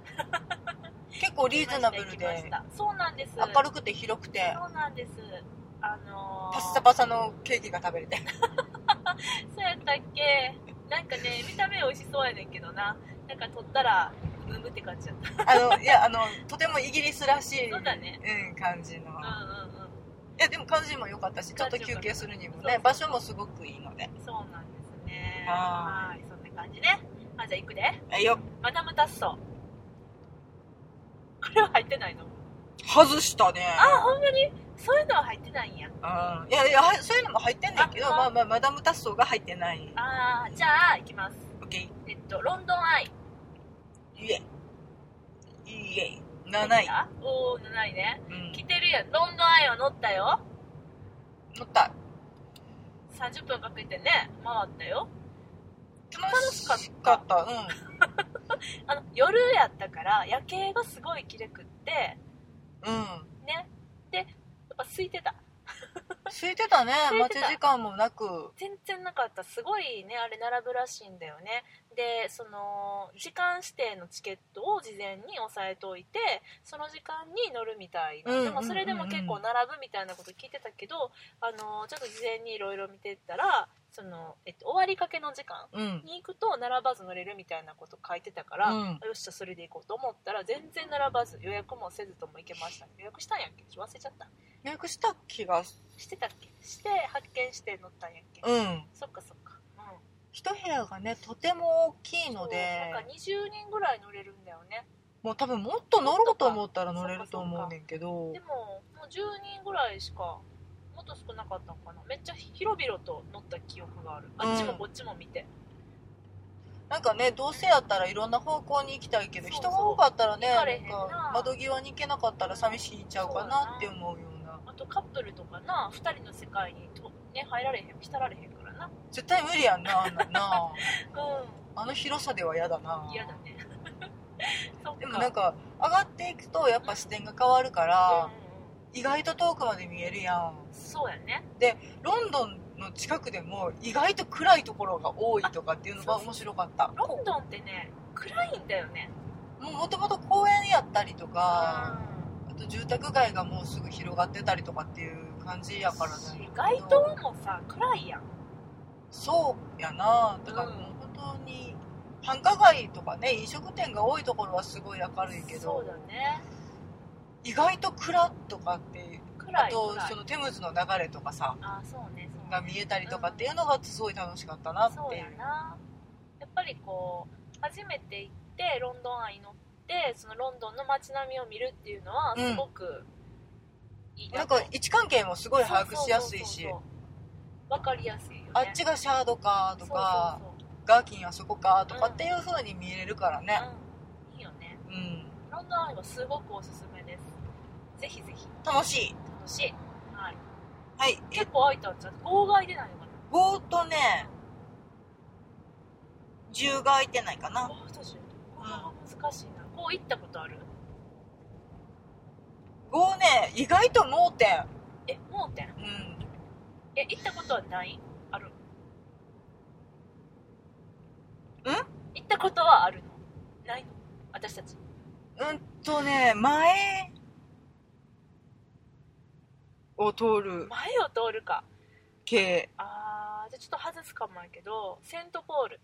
Speaker 2: 結構リーズナブル
Speaker 1: 行きまし
Speaker 2: で
Speaker 1: たそうなんです
Speaker 2: 明るくて広くて
Speaker 1: そうなんですあのー
Speaker 2: パッサパサのケーキが食べれて
Speaker 1: そうやったっけなんかね見た目美味しそうやねんけどななんか取ったらむむって感じだった
Speaker 2: あのいやあのとてもイギリスらしい
Speaker 1: そうだね
Speaker 2: うん、感じの、
Speaker 1: うん
Speaker 2: い
Speaker 1: うんうん
Speaker 2: やでも感じも良かったしちょっと休憩するにもね場所もすごくいいので
Speaker 1: そうなんですね
Speaker 2: は
Speaker 1: はいそんな感じねあじゃあ行くで
Speaker 2: えよ
Speaker 1: マダムタッソこれは入ってないの
Speaker 2: 外したね
Speaker 1: あほんまにそういうのは入ってないんや
Speaker 2: うんいやいやはいそういうのも入ってんだけど
Speaker 1: あ
Speaker 2: まあまあマダム・タッソーが入ってない
Speaker 1: あーじゃあ行きます
Speaker 2: オッケ
Speaker 1: えっとロンドンアイ
Speaker 2: ーイエイイエイ7位、
Speaker 1: おお7位ね
Speaker 2: うん、
Speaker 1: 来てるやんロンドンアイは乗ったよ
Speaker 2: 乗った
Speaker 1: 30分かけてね回ったよ
Speaker 2: 楽しか
Speaker 1: 楽し
Speaker 2: った
Speaker 1: かっ
Speaker 2: うん
Speaker 1: あの夜やったから夜景がすごい綺麗くって
Speaker 2: うん
Speaker 1: ねでやっぱ空いてた
Speaker 2: 空いてたね
Speaker 1: <laughs> 空い
Speaker 2: 待
Speaker 1: てた
Speaker 2: ち時間もなく
Speaker 1: 全然なかったすごいねあれ並ぶらしいんだよねでその時間指定のチケットを事前に押さえといてその時間に乗るみたいな、
Speaker 2: うん
Speaker 1: でもそれでも結構並ぶみたいなこと聞いてたけどあのちょっと事前にいろいろ見てったらその、えっと、終わりかけの時間
Speaker 2: うん
Speaker 1: に行くと並ばず乗れるみたいなこと書いてたから、
Speaker 2: うん
Speaker 1: よっしゃそれで行こうと思ったら全然並ばず予約もせずとも行けました予約したんやっけ忘れちゃった
Speaker 2: 予約した気がす
Speaker 1: してたっけして発見して乗ったんやっけ、
Speaker 2: うん
Speaker 1: そっかそっかうん
Speaker 2: 一部屋がねとても大きいの
Speaker 1: そう
Speaker 2: で
Speaker 1: なんか20人ぐらい乗れるんだよね
Speaker 2: もう多分もっと乗ろうと思ったら乗れると思うねんけど
Speaker 1: でももう10人ぐらいしかもっと少なかったのかなめっちゃ広々と乗った記憶があるあっちもこっちも見て、
Speaker 2: なんかねどうせやったらいろんな方向に行きたいけど
Speaker 1: そうそう
Speaker 2: 人が多かったらね
Speaker 1: 行か
Speaker 2: な
Speaker 1: れへん
Speaker 2: ん
Speaker 1: な
Speaker 2: か窓際に行けなかったら寂しいんちゃうかなって思うような
Speaker 1: あとカップルとかな2人の世界にと、ね、入られへん浸られへんからな
Speaker 2: 絶対無理やんなあんな
Speaker 1: <laughs>
Speaker 2: んな
Speaker 1: う
Speaker 2: あの広さでは嫌だなん
Speaker 1: 嫌だね <laughs> そっか
Speaker 2: でもなんか上がっていくとやっぱ視点が変わるから
Speaker 1: うん
Speaker 2: 意外と遠くまで見えるやん
Speaker 1: うんそうやね
Speaker 2: ロンドンの近くでも意外と暗いところが多いとかっていうのが面白かった
Speaker 1: ロンドンってね暗いんだよね
Speaker 2: もうもともと公園やったりとか
Speaker 1: うん
Speaker 2: あと住宅街がもうすぐ広がってたりとかっていう感じやからね
Speaker 1: し街灯もさ暗いやん
Speaker 2: そうやなだからもう本当に繁華街とかね飲食店が多いところはすごい明るいけ
Speaker 1: そ
Speaker 2: ど
Speaker 1: うだね
Speaker 2: 意外と暗とかって
Speaker 1: 暗
Speaker 2: あ
Speaker 1: い
Speaker 2: と
Speaker 1: 暗い
Speaker 2: そのテムズの流れとかさ
Speaker 1: あそうねそうね
Speaker 2: が見えたりとかっていうのがすごい楽しかったなって
Speaker 1: そう
Speaker 2: い
Speaker 1: や
Speaker 2: う
Speaker 1: なやっぱりこう初めて行ってロンドン愛に乗ってそのロンドンの街並みを見るっていうのは
Speaker 2: うん
Speaker 1: すごくいい
Speaker 2: なんか位置関係もすごい把握しやすい
Speaker 1: そうそう
Speaker 2: し
Speaker 1: そうそうわかりやすいよね
Speaker 2: あっちがシャードかとか
Speaker 1: そうそう
Speaker 2: ガーキンあそこかとかっていう風に見えるからね
Speaker 1: そう、うん、いいよね
Speaker 2: うん
Speaker 1: ロンドン愛はすごくおすすめですぜひぜひ
Speaker 2: 楽しい
Speaker 1: 楽しい、はい、
Speaker 2: はいえ
Speaker 1: 結構空いたんちゃう号外出ないのかな
Speaker 2: 5とね10が空いてないかな
Speaker 1: ああどうしようあー難しいなこう行ったことある
Speaker 2: 5ね意外と盲点
Speaker 1: え盲点
Speaker 2: うん
Speaker 1: え行ったことはないあるん行ったことはあるのないの私たち
Speaker 2: うんとね前を通る
Speaker 1: 前を通るか
Speaker 2: 系
Speaker 1: あーじゃあちょっと外すかもやけどセントポール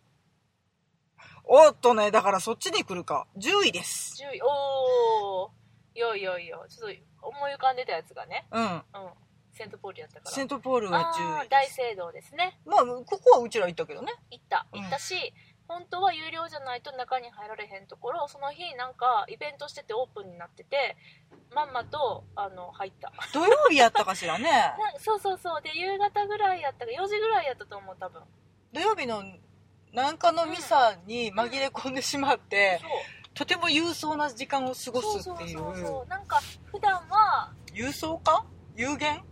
Speaker 2: おっとねだからそっちに来るか10位です
Speaker 1: 10位おおよいよいよちょっと思い浮かんでたやつがね
Speaker 2: うん
Speaker 1: うんセントポールやったから
Speaker 2: セントポールは
Speaker 1: あ
Speaker 2: 10
Speaker 1: ー
Speaker 2: 位
Speaker 1: 大
Speaker 2: です
Speaker 1: 聖堂ですね
Speaker 2: まあここはうちら行ったけどね
Speaker 1: 行った
Speaker 2: うん
Speaker 1: 行ったし、本当は有料じゃないと中に入られへんところその日なんかイベントしててオープンになっててまんまとあの入った
Speaker 2: 土曜日やったかし <laughs> らね
Speaker 1: なんそうそうそうで夕方ぐらいやったか4時ぐらいやったと思う多分
Speaker 2: 土曜日のなんかのミサに紛れ込んでしまって、とても勇壮な時間を過ごすっていう
Speaker 1: そうそうそうそうなんか普段は
Speaker 2: 郵送か有限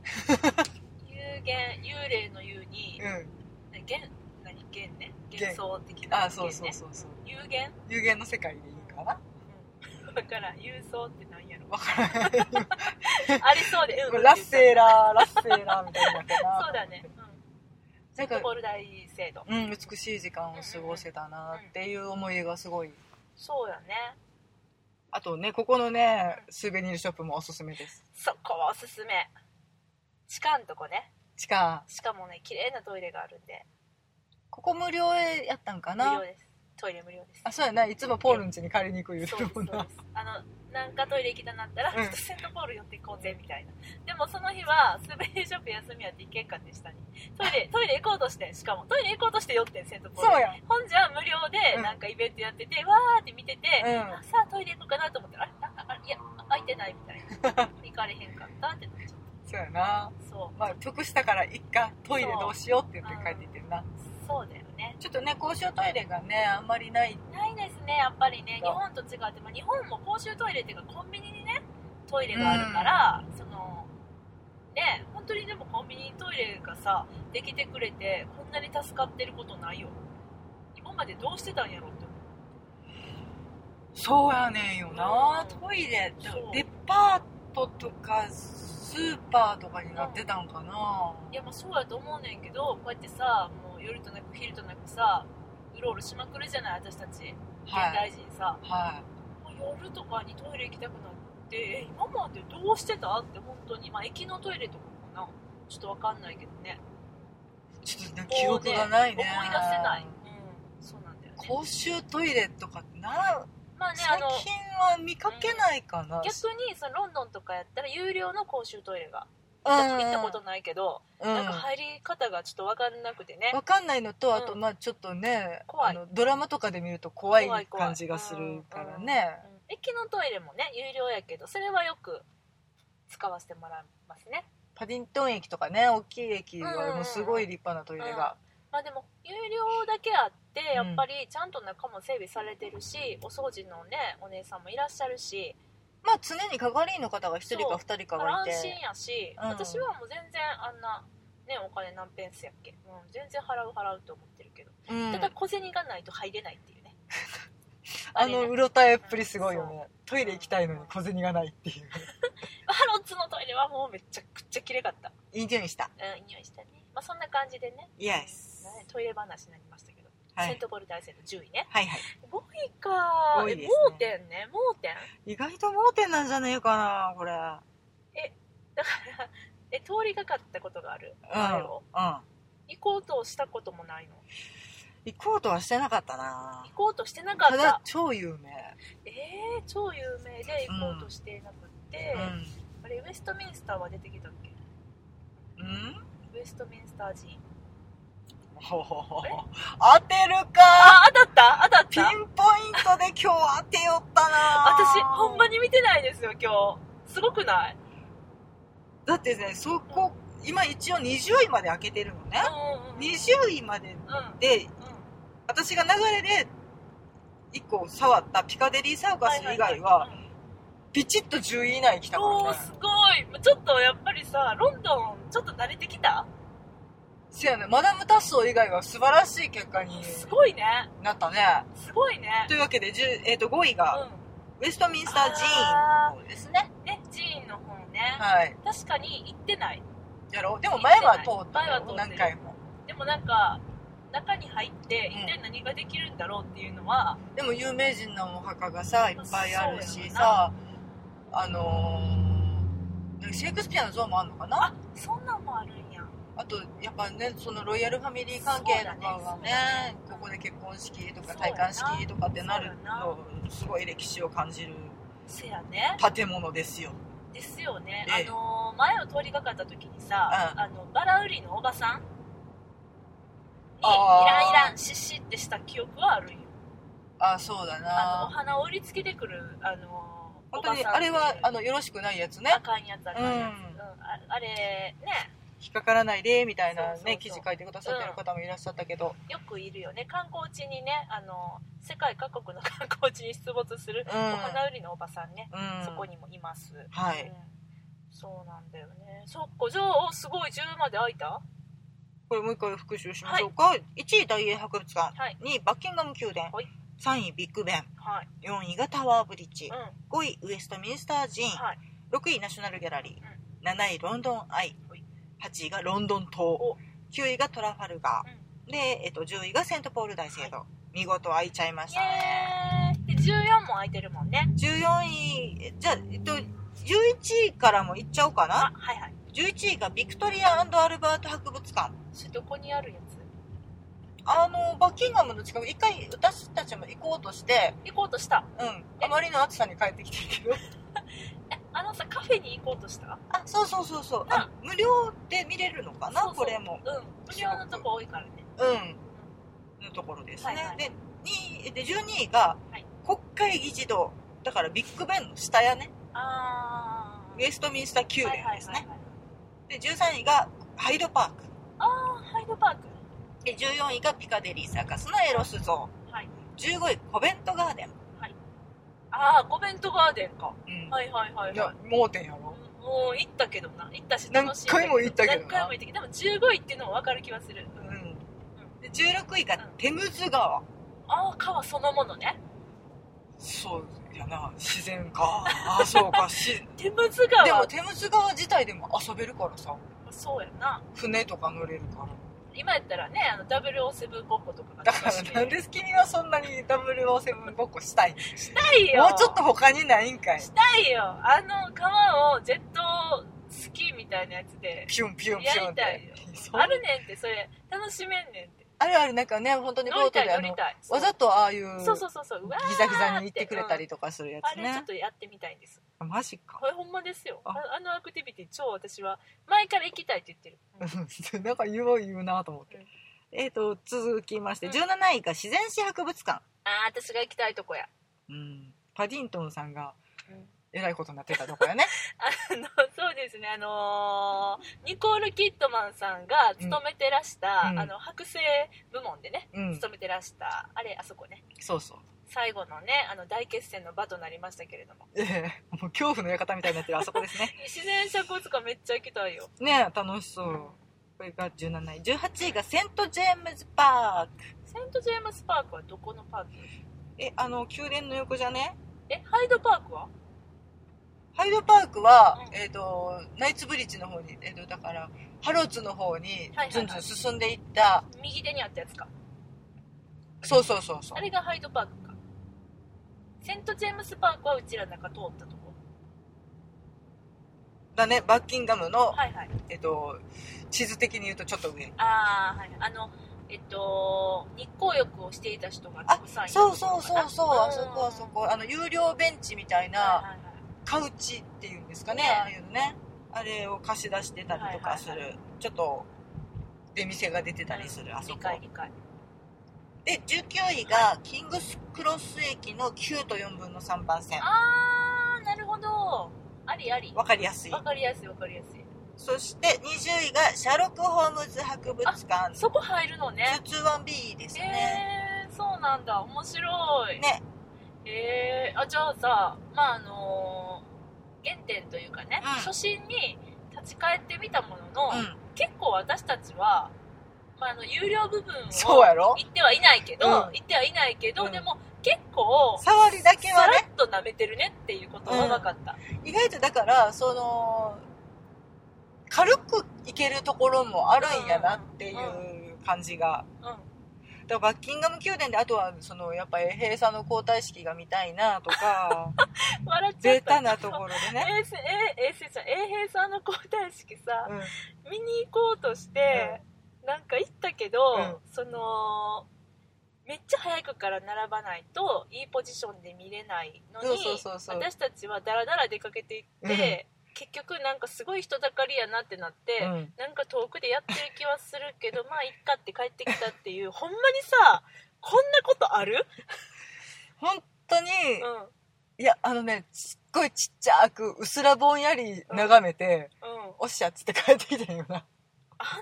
Speaker 1: 有限幽霊の幽に
Speaker 2: うん
Speaker 1: 幻何幻ね
Speaker 2: 幻
Speaker 1: 幻想的な
Speaker 2: あそうそ
Speaker 1: 幻
Speaker 2: う
Speaker 1: ね
Speaker 2: そうそう
Speaker 1: 有限
Speaker 2: 有限の世界でいいかな
Speaker 1: だから郵送ってなんやろ
Speaker 2: わからない
Speaker 1: ありそうでうん
Speaker 2: ラッセー
Speaker 1: <laughs>
Speaker 2: ラーラッセーラーみたいになったな
Speaker 1: そうだねうん
Speaker 2: なん
Speaker 1: フット
Speaker 2: か
Speaker 1: ボール大制度
Speaker 2: うん美しい時間を過ごせたなっていう思い出がすごい
Speaker 1: そうやね
Speaker 2: あとねここのねスベニールショップもおすすめです
Speaker 1: そこはおすすめ地下んとこね
Speaker 2: しか
Speaker 1: しかもね綺麗なトイレがあるんで
Speaker 2: ここ無料でやったんか
Speaker 1: 無
Speaker 2: な
Speaker 1: 料ですトイレ無料です
Speaker 2: あそうやないつもポールんちに借りに行く言う
Speaker 1: そ
Speaker 2: て
Speaker 1: うで
Speaker 2: る
Speaker 1: すそ
Speaker 2: も
Speaker 1: うんです
Speaker 2: な
Speaker 1: あのなんかトイレ行きたなったら、
Speaker 2: うん
Speaker 1: ちょっとセントポール寄っていこうぜみたいなでもその日はスベリーショップ休みやって行けんかって下にトイレ
Speaker 2: <laughs>
Speaker 1: トイレ行こうとしてんしかもトイレ行こうとして寄ってんセントポール
Speaker 2: そうや
Speaker 1: 本じゃ無料
Speaker 2: う
Speaker 1: で
Speaker 2: ん
Speaker 1: なんかイベントやってて、わーって見てて、
Speaker 2: うん
Speaker 1: あさあトイレ行こうかなと思ったらあれなんかあれいや空いてないみたい
Speaker 2: <laughs>
Speaker 1: な行かれへんかったってなっちゃっ
Speaker 2: そうやな
Speaker 1: たそう
Speaker 2: まあ得したから一回トイレどうしようって言って帰っていってるな
Speaker 1: そうだよね
Speaker 2: ちょっとね公衆トイレがねあんまりない
Speaker 1: ないですねやっぱりね日
Speaker 2: そう
Speaker 1: 本と違って、まあ、日本も公衆トイレっていうかコンビニにねトイレがあるから、そのね本当にでもコンビニトイレがさできてくれてこんなに助かってることないよ今までどうしてたんやろうって思う
Speaker 2: そうやねんよな、
Speaker 1: うん
Speaker 2: トイレって
Speaker 1: そう
Speaker 2: デパートとかスーパーとかになってたんかな、
Speaker 1: いやまあそうやと思うねんけどこうやってさもう夜となく昼となくさうろうろしまくるじゃない私たち現
Speaker 2: はい
Speaker 1: 代人さ、
Speaker 2: は
Speaker 1: もう夜とかにトイレ行きたくなってえ今までどうしてたって本当にまあ駅のトイレとかかなちょっとわかんないけどね
Speaker 2: いちょっとね記憶がないね
Speaker 1: 思い出せない、うん、そうなんだよね
Speaker 2: 公衆トイレとかってな
Speaker 1: まあねあ
Speaker 2: 最
Speaker 1: の
Speaker 2: 近は見かけないかな、
Speaker 1: 逆にそのロンドンとかやったら有料の公衆トイレが
Speaker 2: うん
Speaker 1: 行ったことないけど、
Speaker 2: うん
Speaker 1: なんか入り方がちょっと分かんなくてね
Speaker 2: わかんないのとあ
Speaker 1: う
Speaker 2: と
Speaker 1: ん
Speaker 2: まあちょっとね、
Speaker 1: 怖い
Speaker 2: あのドラマとかで見ると
Speaker 1: 怖
Speaker 2: 怖
Speaker 1: い
Speaker 2: い
Speaker 1: 怖い
Speaker 2: 感じがするからね
Speaker 1: うん駅のトイレもね有料やけどそれはよく使わせてもらいますね
Speaker 2: パディントン駅とかね大きい駅はもうすごい立派なトイレが、
Speaker 1: まあでも有料だけあってや
Speaker 2: うん
Speaker 1: っぱりちゃんと中も整備されてるし、お掃除のねお姉さんもいらっしゃるし
Speaker 2: まあ常に係員の方が1人か2人
Speaker 1: だか
Speaker 2: か
Speaker 1: ら
Speaker 2: がい
Speaker 1: 安
Speaker 2: て
Speaker 1: 心やし、
Speaker 2: うん
Speaker 1: 私はもう全然あんな、ね、お金何ペンスやっけ、うん、全然払う払うと思ってるけど、
Speaker 2: うん
Speaker 1: ただ小銭がないと入れないっていうね
Speaker 2: あ
Speaker 1: あれ
Speaker 2: の
Speaker 1: ね
Speaker 2: うろたえっぷりすごいよねトイレ行きたいのに小銭がないっていう
Speaker 1: ハロッツのトイレはもうめちゃくちゃ綺麗かった
Speaker 2: いい匂いした
Speaker 1: うん匂いしたね、まあ、そんな感じでね
Speaker 2: イエス
Speaker 1: うんトイレ話になりましたけど、
Speaker 2: は
Speaker 1: セン
Speaker 2: い
Speaker 1: トポル大戦の10位ね
Speaker 2: はいはい
Speaker 1: 5位か
Speaker 2: 5
Speaker 1: え
Speaker 2: 位ですね
Speaker 1: 盲点ね盲点
Speaker 2: 意外と盲点なんじゃねえかなこれ
Speaker 1: だからえ通りがかったことがある、
Speaker 2: うん
Speaker 1: あれを
Speaker 2: う
Speaker 1: 行こうとしたこともないの
Speaker 2: ん行こうとはしてなかったな
Speaker 1: 行こうとしてなかった
Speaker 2: ただ超有名
Speaker 1: えー、超有名で行こうとしてなくって、あれウェストミンスターは出てきたっけ
Speaker 2: うん、うん
Speaker 1: ウェストミンスター寺院
Speaker 2: ほほほほ当てるか
Speaker 1: あ当たった当たっ
Speaker 2: ピン
Speaker 1: た
Speaker 2: ポイントで今日当てよったな
Speaker 1: 私ほんまに見てないですよ今日すごくない
Speaker 2: だってねそこ今一応20位まで開けてるのね
Speaker 1: うんうんうん
Speaker 2: 20位ま
Speaker 1: う
Speaker 2: で
Speaker 1: んうん
Speaker 2: で私が流れで1個触ったピカデリーサーカス以
Speaker 1: はい
Speaker 2: 外
Speaker 1: い
Speaker 2: はい
Speaker 1: い
Speaker 2: ビチッと10位以内来たか
Speaker 1: おー
Speaker 2: らね
Speaker 1: すごいちょっとやっぱりさロンドンちょっと慣れてきた
Speaker 2: せやねマダム・タッソー以外は素晴らしい結果に
Speaker 1: すごいね
Speaker 2: なったね
Speaker 1: すごいね
Speaker 2: というわけで、10えー、と5位が
Speaker 1: う
Speaker 2: ウェストミンスター寺院の方ですね
Speaker 1: んね寺院の方ね
Speaker 2: はい
Speaker 1: 確かに行ってない
Speaker 2: やろうでも前は通った
Speaker 1: 前は通って
Speaker 2: よ
Speaker 1: る
Speaker 2: 何回も
Speaker 1: でもなんか中に入って
Speaker 2: うん
Speaker 1: 一体何ができるんだろうっていうのは、
Speaker 2: でも有名人のお墓がさいっぱいある
Speaker 1: そうや
Speaker 2: し
Speaker 1: ろな
Speaker 2: さあのーなんかシェイクスピアの像もあるのかな
Speaker 1: そんなんもあるんや
Speaker 2: あとやっぱねそのロイヤルファミリー関係とか
Speaker 1: そうだ
Speaker 2: は
Speaker 1: ね
Speaker 2: ねここで結婚式とか戴冠式とかってなるのすごい歴史を感じる
Speaker 1: せやね
Speaker 2: 建物ですよ
Speaker 1: ですよね、
Speaker 2: ええ
Speaker 1: あのー前を通りかかった時にさ、
Speaker 2: うん
Speaker 1: あのバラ売りのおばさんに「い
Speaker 2: あー
Speaker 1: らんいらんシッシ」ってした記憶はあるんよ
Speaker 2: あそうだ
Speaker 1: あのお
Speaker 2: な
Speaker 1: 花を売りつけてくるあのー
Speaker 2: 本当に
Speaker 1: おばさん
Speaker 2: あれはあ
Speaker 1: の
Speaker 2: のよろしくないやつね
Speaker 1: あかんやつあかんやつ、
Speaker 2: うん
Speaker 1: うんああれね
Speaker 2: 引っかからないでみたいな
Speaker 1: そうそうそ
Speaker 2: ね
Speaker 1: う
Speaker 2: 記事書いてくださってる方もいらっしゃったけど
Speaker 1: よくいるよね観光地にねあのー世界各国の観光地に出没する
Speaker 2: う
Speaker 1: お花
Speaker 2: ん
Speaker 1: 売りのおばさんね、
Speaker 2: うん
Speaker 1: そこにもいます、
Speaker 2: は
Speaker 1: うん
Speaker 2: い
Speaker 1: そうなんだよねそっかじゃあすごい10まで開いた
Speaker 2: これもう一回復習しましょうか、1位大英博物館、
Speaker 1: はい
Speaker 2: 2位バッキンガム宮殿、
Speaker 1: はい
Speaker 2: 3位ビッグベン
Speaker 1: はい
Speaker 2: 4位がタワーブリッジ、
Speaker 1: うん
Speaker 2: 5位ウエストミンスター寺院、
Speaker 1: はい
Speaker 2: 6位ナショナルギャラリー、7位ロンドンアイ
Speaker 1: はい
Speaker 2: 8位がロンドン塔
Speaker 1: お
Speaker 2: 9位がトラファルガー、で、えっと、10位がセントポール大聖堂、見事開いちゃいましたね
Speaker 1: イエーイで14も開いてるもんね
Speaker 2: 14位えじゃあ、えっと、11位からもいっちゃおうか
Speaker 1: あ
Speaker 2: な
Speaker 1: はいはい
Speaker 2: 11位がビクトリアアルバート博物館
Speaker 1: それどこにあるやつ
Speaker 2: あのバッキンガムの近く一回私たちも行こうとして
Speaker 1: 行こうとした
Speaker 2: うん
Speaker 1: え
Speaker 2: あまりの暑さに帰ってきてるけど
Speaker 1: えあのさカフェに行こうとした
Speaker 2: あそうそうそうそうあ無料で見れるのかな
Speaker 1: そうそう
Speaker 2: これも
Speaker 1: うん無料のとこ多いからね
Speaker 2: うんのところですね、
Speaker 1: はいはい
Speaker 2: で2位で12位が
Speaker 1: はい
Speaker 2: 国会議事堂だからビッグベンの下やね
Speaker 1: ああ
Speaker 2: ウェストミンスター宮
Speaker 1: はいは
Speaker 2: 殿
Speaker 1: い
Speaker 2: です
Speaker 1: はい
Speaker 2: ね
Speaker 1: はい
Speaker 2: で13位がハイドパーク
Speaker 1: ああハイドパーク
Speaker 2: で14位がピカデリーサーカスのエロス像
Speaker 1: はい
Speaker 2: 15位コベントガーデン、
Speaker 1: ああコベントガーデンか
Speaker 2: うん
Speaker 1: はいはいはい
Speaker 2: い
Speaker 1: はい
Speaker 2: や盲点やろ
Speaker 1: もう行ったけどな行ったし楽しいんだ
Speaker 2: 何回も行ったけどな
Speaker 1: 何回も行ったけどでも15位っていうのも分かる気はする、
Speaker 2: う
Speaker 1: うん
Speaker 2: んで16位がテムズ川、
Speaker 1: ああ川そのものね
Speaker 2: そうやな自
Speaker 1: <laughs>
Speaker 2: 然かあそうかし
Speaker 1: テムズ川
Speaker 2: でもテムズ川自体でも遊べるからさ
Speaker 1: そうやな
Speaker 2: 船とか乗れるから
Speaker 1: 今やったらねあの007ごっことかが
Speaker 2: だから
Speaker 1: 楽しめ
Speaker 2: なん
Speaker 1: る
Speaker 2: で君はそんなに007ごっこしたい
Speaker 1: したいよ
Speaker 2: もうちょっと他にないんかい
Speaker 1: したいよあの川をジェットスキーみたいなやつで
Speaker 2: ピュンピュンピ
Speaker 1: や
Speaker 2: ュンっ
Speaker 1: りたい
Speaker 2: て
Speaker 1: よ
Speaker 2: そう
Speaker 1: あるねんってそれ楽しめんねんって
Speaker 2: あるあるなんかね本当にボ
Speaker 1: 乗
Speaker 2: ー
Speaker 1: り
Speaker 2: ト
Speaker 1: たい
Speaker 2: であ
Speaker 1: 乗り
Speaker 2: の
Speaker 1: たい
Speaker 2: わざとああいうギ
Speaker 1: そうそうそうそううわー
Speaker 2: ザギザに行ってくれたりとかするや
Speaker 1: あ
Speaker 2: つ
Speaker 1: れちょ
Speaker 2: ね
Speaker 1: っとやってみたいんです
Speaker 2: マジか
Speaker 1: これほんまですよ
Speaker 2: あ
Speaker 1: ああのアクティビティ超私は前から行きたいって言ってる、
Speaker 2: うん <laughs> なんか言う言うなと思って、
Speaker 1: うん
Speaker 2: えー、と続きまして
Speaker 1: うん
Speaker 2: 17位が自然史博物館、
Speaker 1: ああ私が行きたいとこや
Speaker 2: うん、パディントンさんが
Speaker 1: うん
Speaker 2: えらいことになってたとこやね
Speaker 1: <laughs> あのそうですねあのーニコール・キッドマンさんが勤めてらした、
Speaker 2: うん
Speaker 1: あの剥製部門でね
Speaker 2: うん
Speaker 1: 勤めてらした、あれあそこね
Speaker 2: そうそう
Speaker 1: 最後のねあの大決戦の場となりましたけれども
Speaker 2: ええもう恐怖の館みたいになってるあそこですね
Speaker 1: 自然者コツかめっちゃ行きたいよ
Speaker 2: ねえ楽しそうこれが17位18位がセントジェームズパーク
Speaker 1: セント・ジェームス・パークはどこのパーク
Speaker 2: えあの宮殿の横じゃね
Speaker 1: えハイドパークは
Speaker 2: ハイドパークは、
Speaker 1: うん
Speaker 2: えっ、とナイツブリッジの方にえっ、とだからハローツの方に
Speaker 1: はいはい
Speaker 2: ずんずん進んでいった、
Speaker 1: 右手にあったやつか
Speaker 2: そうそうそうそう
Speaker 1: あれがハイドパークかセント・ジェームス・パークはうちらの中通ったとこ
Speaker 2: だねバッキンガムの
Speaker 1: はいはい
Speaker 2: えっと、地図的に言うとちょっと上
Speaker 1: ああはいあのえっと日光浴をしていた人がた
Speaker 2: あ
Speaker 1: くさんいる
Speaker 2: そうそうそうそう
Speaker 1: うん
Speaker 2: あそこあそこあの有料ベンチみたい
Speaker 1: はい
Speaker 2: な
Speaker 1: はいはい
Speaker 2: カウチっていうんですかね
Speaker 1: ね
Speaker 2: ああいうのねあれを貸し出してたりとかする、
Speaker 1: はいは
Speaker 2: ちょっと出店が出てたりするあそこ
Speaker 1: 理解理解
Speaker 2: で19位がキングスクロス駅の9と4分の3番線
Speaker 1: ああなるほどありあり
Speaker 2: わかりやすい
Speaker 1: わかりやすいわかりやすい
Speaker 2: そして20位がシャーロック・ホームズ博物館
Speaker 1: そこ入るのね
Speaker 2: 221B です
Speaker 1: え
Speaker 2: ね、
Speaker 1: ー、そうなんだ面白い
Speaker 2: ね
Speaker 1: えー、あじゃあさまああのー原点というかね、
Speaker 2: うん
Speaker 1: 初心に立ち返ってみたものの、
Speaker 2: うん
Speaker 1: 結構私たちは、まあ、あの有料部分を
Speaker 2: そうやろ
Speaker 1: 言ってはいないけど、
Speaker 2: うん
Speaker 1: 言ってはいないけど、
Speaker 2: うん
Speaker 1: でも結構
Speaker 2: 触りだけ
Speaker 1: さ
Speaker 2: はね
Speaker 1: らっと舐めてるねっていうことは分かった、
Speaker 2: 意外とだからその軽くいけるところもあるんやなっていう感じが。
Speaker 1: うん
Speaker 2: だからバッキンガム宮殿であとはそのやっぱり閉鎖の交代式が見たいなと <laughs> か
Speaker 1: 笑っちゃ
Speaker 2: ベ
Speaker 1: った
Speaker 2: タなところでね、
Speaker 1: 衛星え衛星ちゃん衛兵さんの交代式さ
Speaker 2: うん、
Speaker 1: 見に行こうとして、なんか行ったけど、そのめっちゃ早くから並ばないといいポジションで見れないのに
Speaker 2: そうそうそうそう
Speaker 1: 私たちはダラダラ出かけていって、結局なんかすごい人だかりやなってなって、
Speaker 2: うん
Speaker 1: なんか遠くでやってる気はするけどまあいっかって帰ってきたっていうほんまにさこんなことある、
Speaker 2: 本当に、
Speaker 1: うんうん、
Speaker 2: いやあのねすっごいちっちゃくうすらぼんやり眺めて、おっしゃっつって帰ってきたんよな
Speaker 1: あんな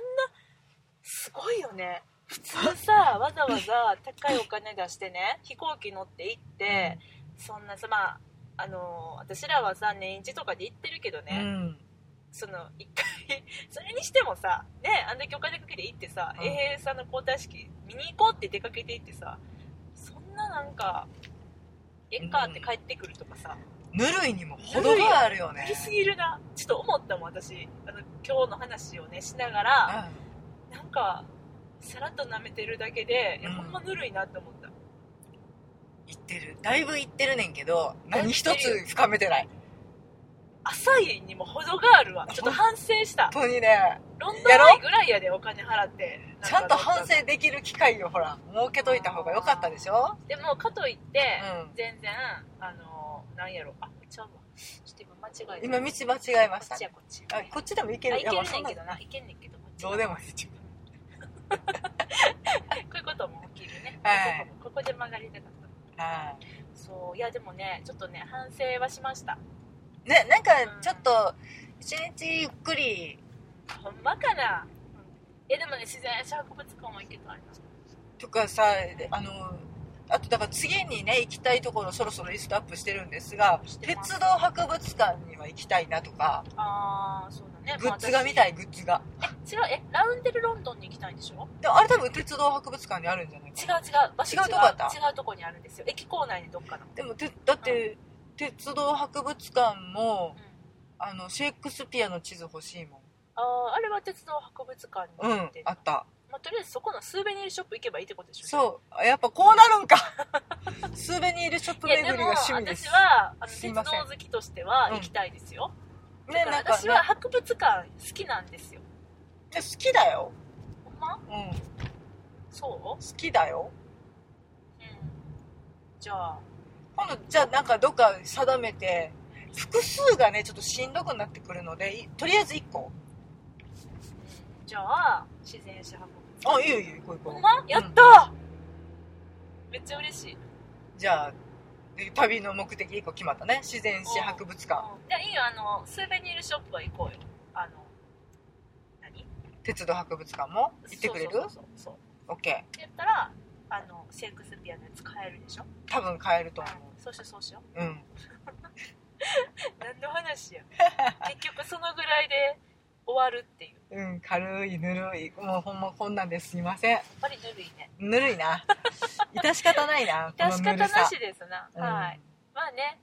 Speaker 1: すごいよね普通さわざわざ高いお金出してね飛行機乗って行ってそんなさまああのー私らはさ年一とかで行ってるけど
Speaker 2: う
Speaker 1: ね、
Speaker 2: ん
Speaker 1: その一回 <laughs> それにしてもさねあんだけお金かけて行ってさ
Speaker 2: うん
Speaker 1: 永平、さんの交代式見に行こうって出かけて行ってさそんななんかえっかって帰ってくるとかさ、
Speaker 2: ぬるいにも程があるよ
Speaker 1: や
Speaker 2: ね
Speaker 1: りすぎるなちょっと思ったもん私あの今日の話をねしながら、なんかさらっと舐めてるだけで、いや
Speaker 2: うん
Speaker 1: ほんまぬるいなって思った
Speaker 2: 言ってるだいぶ言ってるねんけど
Speaker 1: だいぶ
Speaker 2: 何
Speaker 1: 言って
Speaker 2: 一
Speaker 1: るよ
Speaker 2: つ深めてない
Speaker 1: 浅いにも程があるわちょっと反省した
Speaker 2: 本当にね
Speaker 1: ロンドンアイぐらいやでお金払って
Speaker 2: ちゃんと反省できる機会をほら設けといた方が良かったでしょ
Speaker 1: でもかといって、
Speaker 2: うん
Speaker 1: 全然あのなんやろあちゃうわちょっと今間違えた
Speaker 2: 今道間違えました
Speaker 1: こっちや
Speaker 2: ね
Speaker 1: こっち
Speaker 2: あこっちでもいける
Speaker 1: あいけるねん
Speaker 2: やまあそんな
Speaker 1: けどないけんねんけどこっち
Speaker 2: どうでもいいじ
Speaker 1: こういうことも起きるね、
Speaker 2: はい
Speaker 1: ここで曲がりたかった
Speaker 2: ゃんは
Speaker 1: そういやでもねちょっとね反省はしました
Speaker 2: いねなんかちょっと一日ゆっくり
Speaker 1: ほんまかな、いやでもね自然博物館も行けたな
Speaker 2: とかさあのあとだから次にね行きたいところそろそろリストアップしてるんですが
Speaker 1: してます
Speaker 2: 鉄道博物館には行きたいなとか
Speaker 1: あーそうだね
Speaker 2: グッズが見た
Speaker 1: い
Speaker 2: いグッズが
Speaker 1: 違うえラウンデルロンドンに行きたいんでしょ
Speaker 2: でもあれ多分鉄道博物館にあるんじゃない
Speaker 1: 違
Speaker 2: か
Speaker 1: う
Speaker 2: な
Speaker 1: 違う場所
Speaker 2: 違うとこやった
Speaker 1: 違うとこにあるんですよ駅構内にどっかの、
Speaker 2: でもてだって、鉄道博物館も
Speaker 1: うん
Speaker 2: あのシェイクスピアの地図欲しいも
Speaker 1: あーあれは鉄道博物館に
Speaker 2: んう
Speaker 1: 行
Speaker 2: ん
Speaker 1: ってんの
Speaker 2: あった
Speaker 1: まあ、とりあえずそこのスーベニールショップ行けばいいってことでしょ
Speaker 2: そうあやっぱこうなるんか
Speaker 1: <laughs>
Speaker 2: スーベニールショップ
Speaker 1: いやで
Speaker 2: 巡り
Speaker 1: も
Speaker 2: が趣味です
Speaker 1: 私はあの鉄
Speaker 2: すい
Speaker 1: 道
Speaker 2: ません
Speaker 1: 好きとしては行きたいですよ、
Speaker 2: ね
Speaker 1: だから
Speaker 2: なんか、ね、
Speaker 1: 私は博物館好きなんですよ
Speaker 2: いや好きだよ
Speaker 1: ほんま
Speaker 2: うん好
Speaker 1: そう
Speaker 2: きだよ
Speaker 1: うんじゃあ
Speaker 2: 今度じゃあなんかどっか定めて複数がねちょっとしんどくなってくるのでいとりあえず1個
Speaker 1: じゃあ自然史博物館
Speaker 2: あいいよいいよ行こう
Speaker 1: ほ
Speaker 2: 行
Speaker 1: ん
Speaker 2: こ
Speaker 1: まやった、めっちゃ嬉しいう
Speaker 2: じゃあで旅の目的1個決まったね自然史博物
Speaker 1: じ
Speaker 2: 館
Speaker 1: ゃあいいよあのスーベニールショップは行こうよあの何
Speaker 2: 鉄道博物館も行ってくれる
Speaker 1: そうそうそうそう
Speaker 2: OK
Speaker 1: って言ったらあのシェイクスピアのやつ買えるでしょ
Speaker 2: 多分買えると思
Speaker 1: うんそうしようそう <laughs> しよ
Speaker 2: ううん
Speaker 1: う何の話や <laughs> 結局そのぐらいで終わるっていう
Speaker 2: うん軽いぬるいもうほんまこんなんですいません
Speaker 1: やっぱりぬるいね
Speaker 2: ぬる
Speaker 1: <laughs>
Speaker 2: いな致し方ないなこの
Speaker 1: 致し
Speaker 2: ぬ
Speaker 1: 方
Speaker 2: る
Speaker 1: な
Speaker 2: さ
Speaker 1: しですな、
Speaker 2: うん
Speaker 1: はいまあね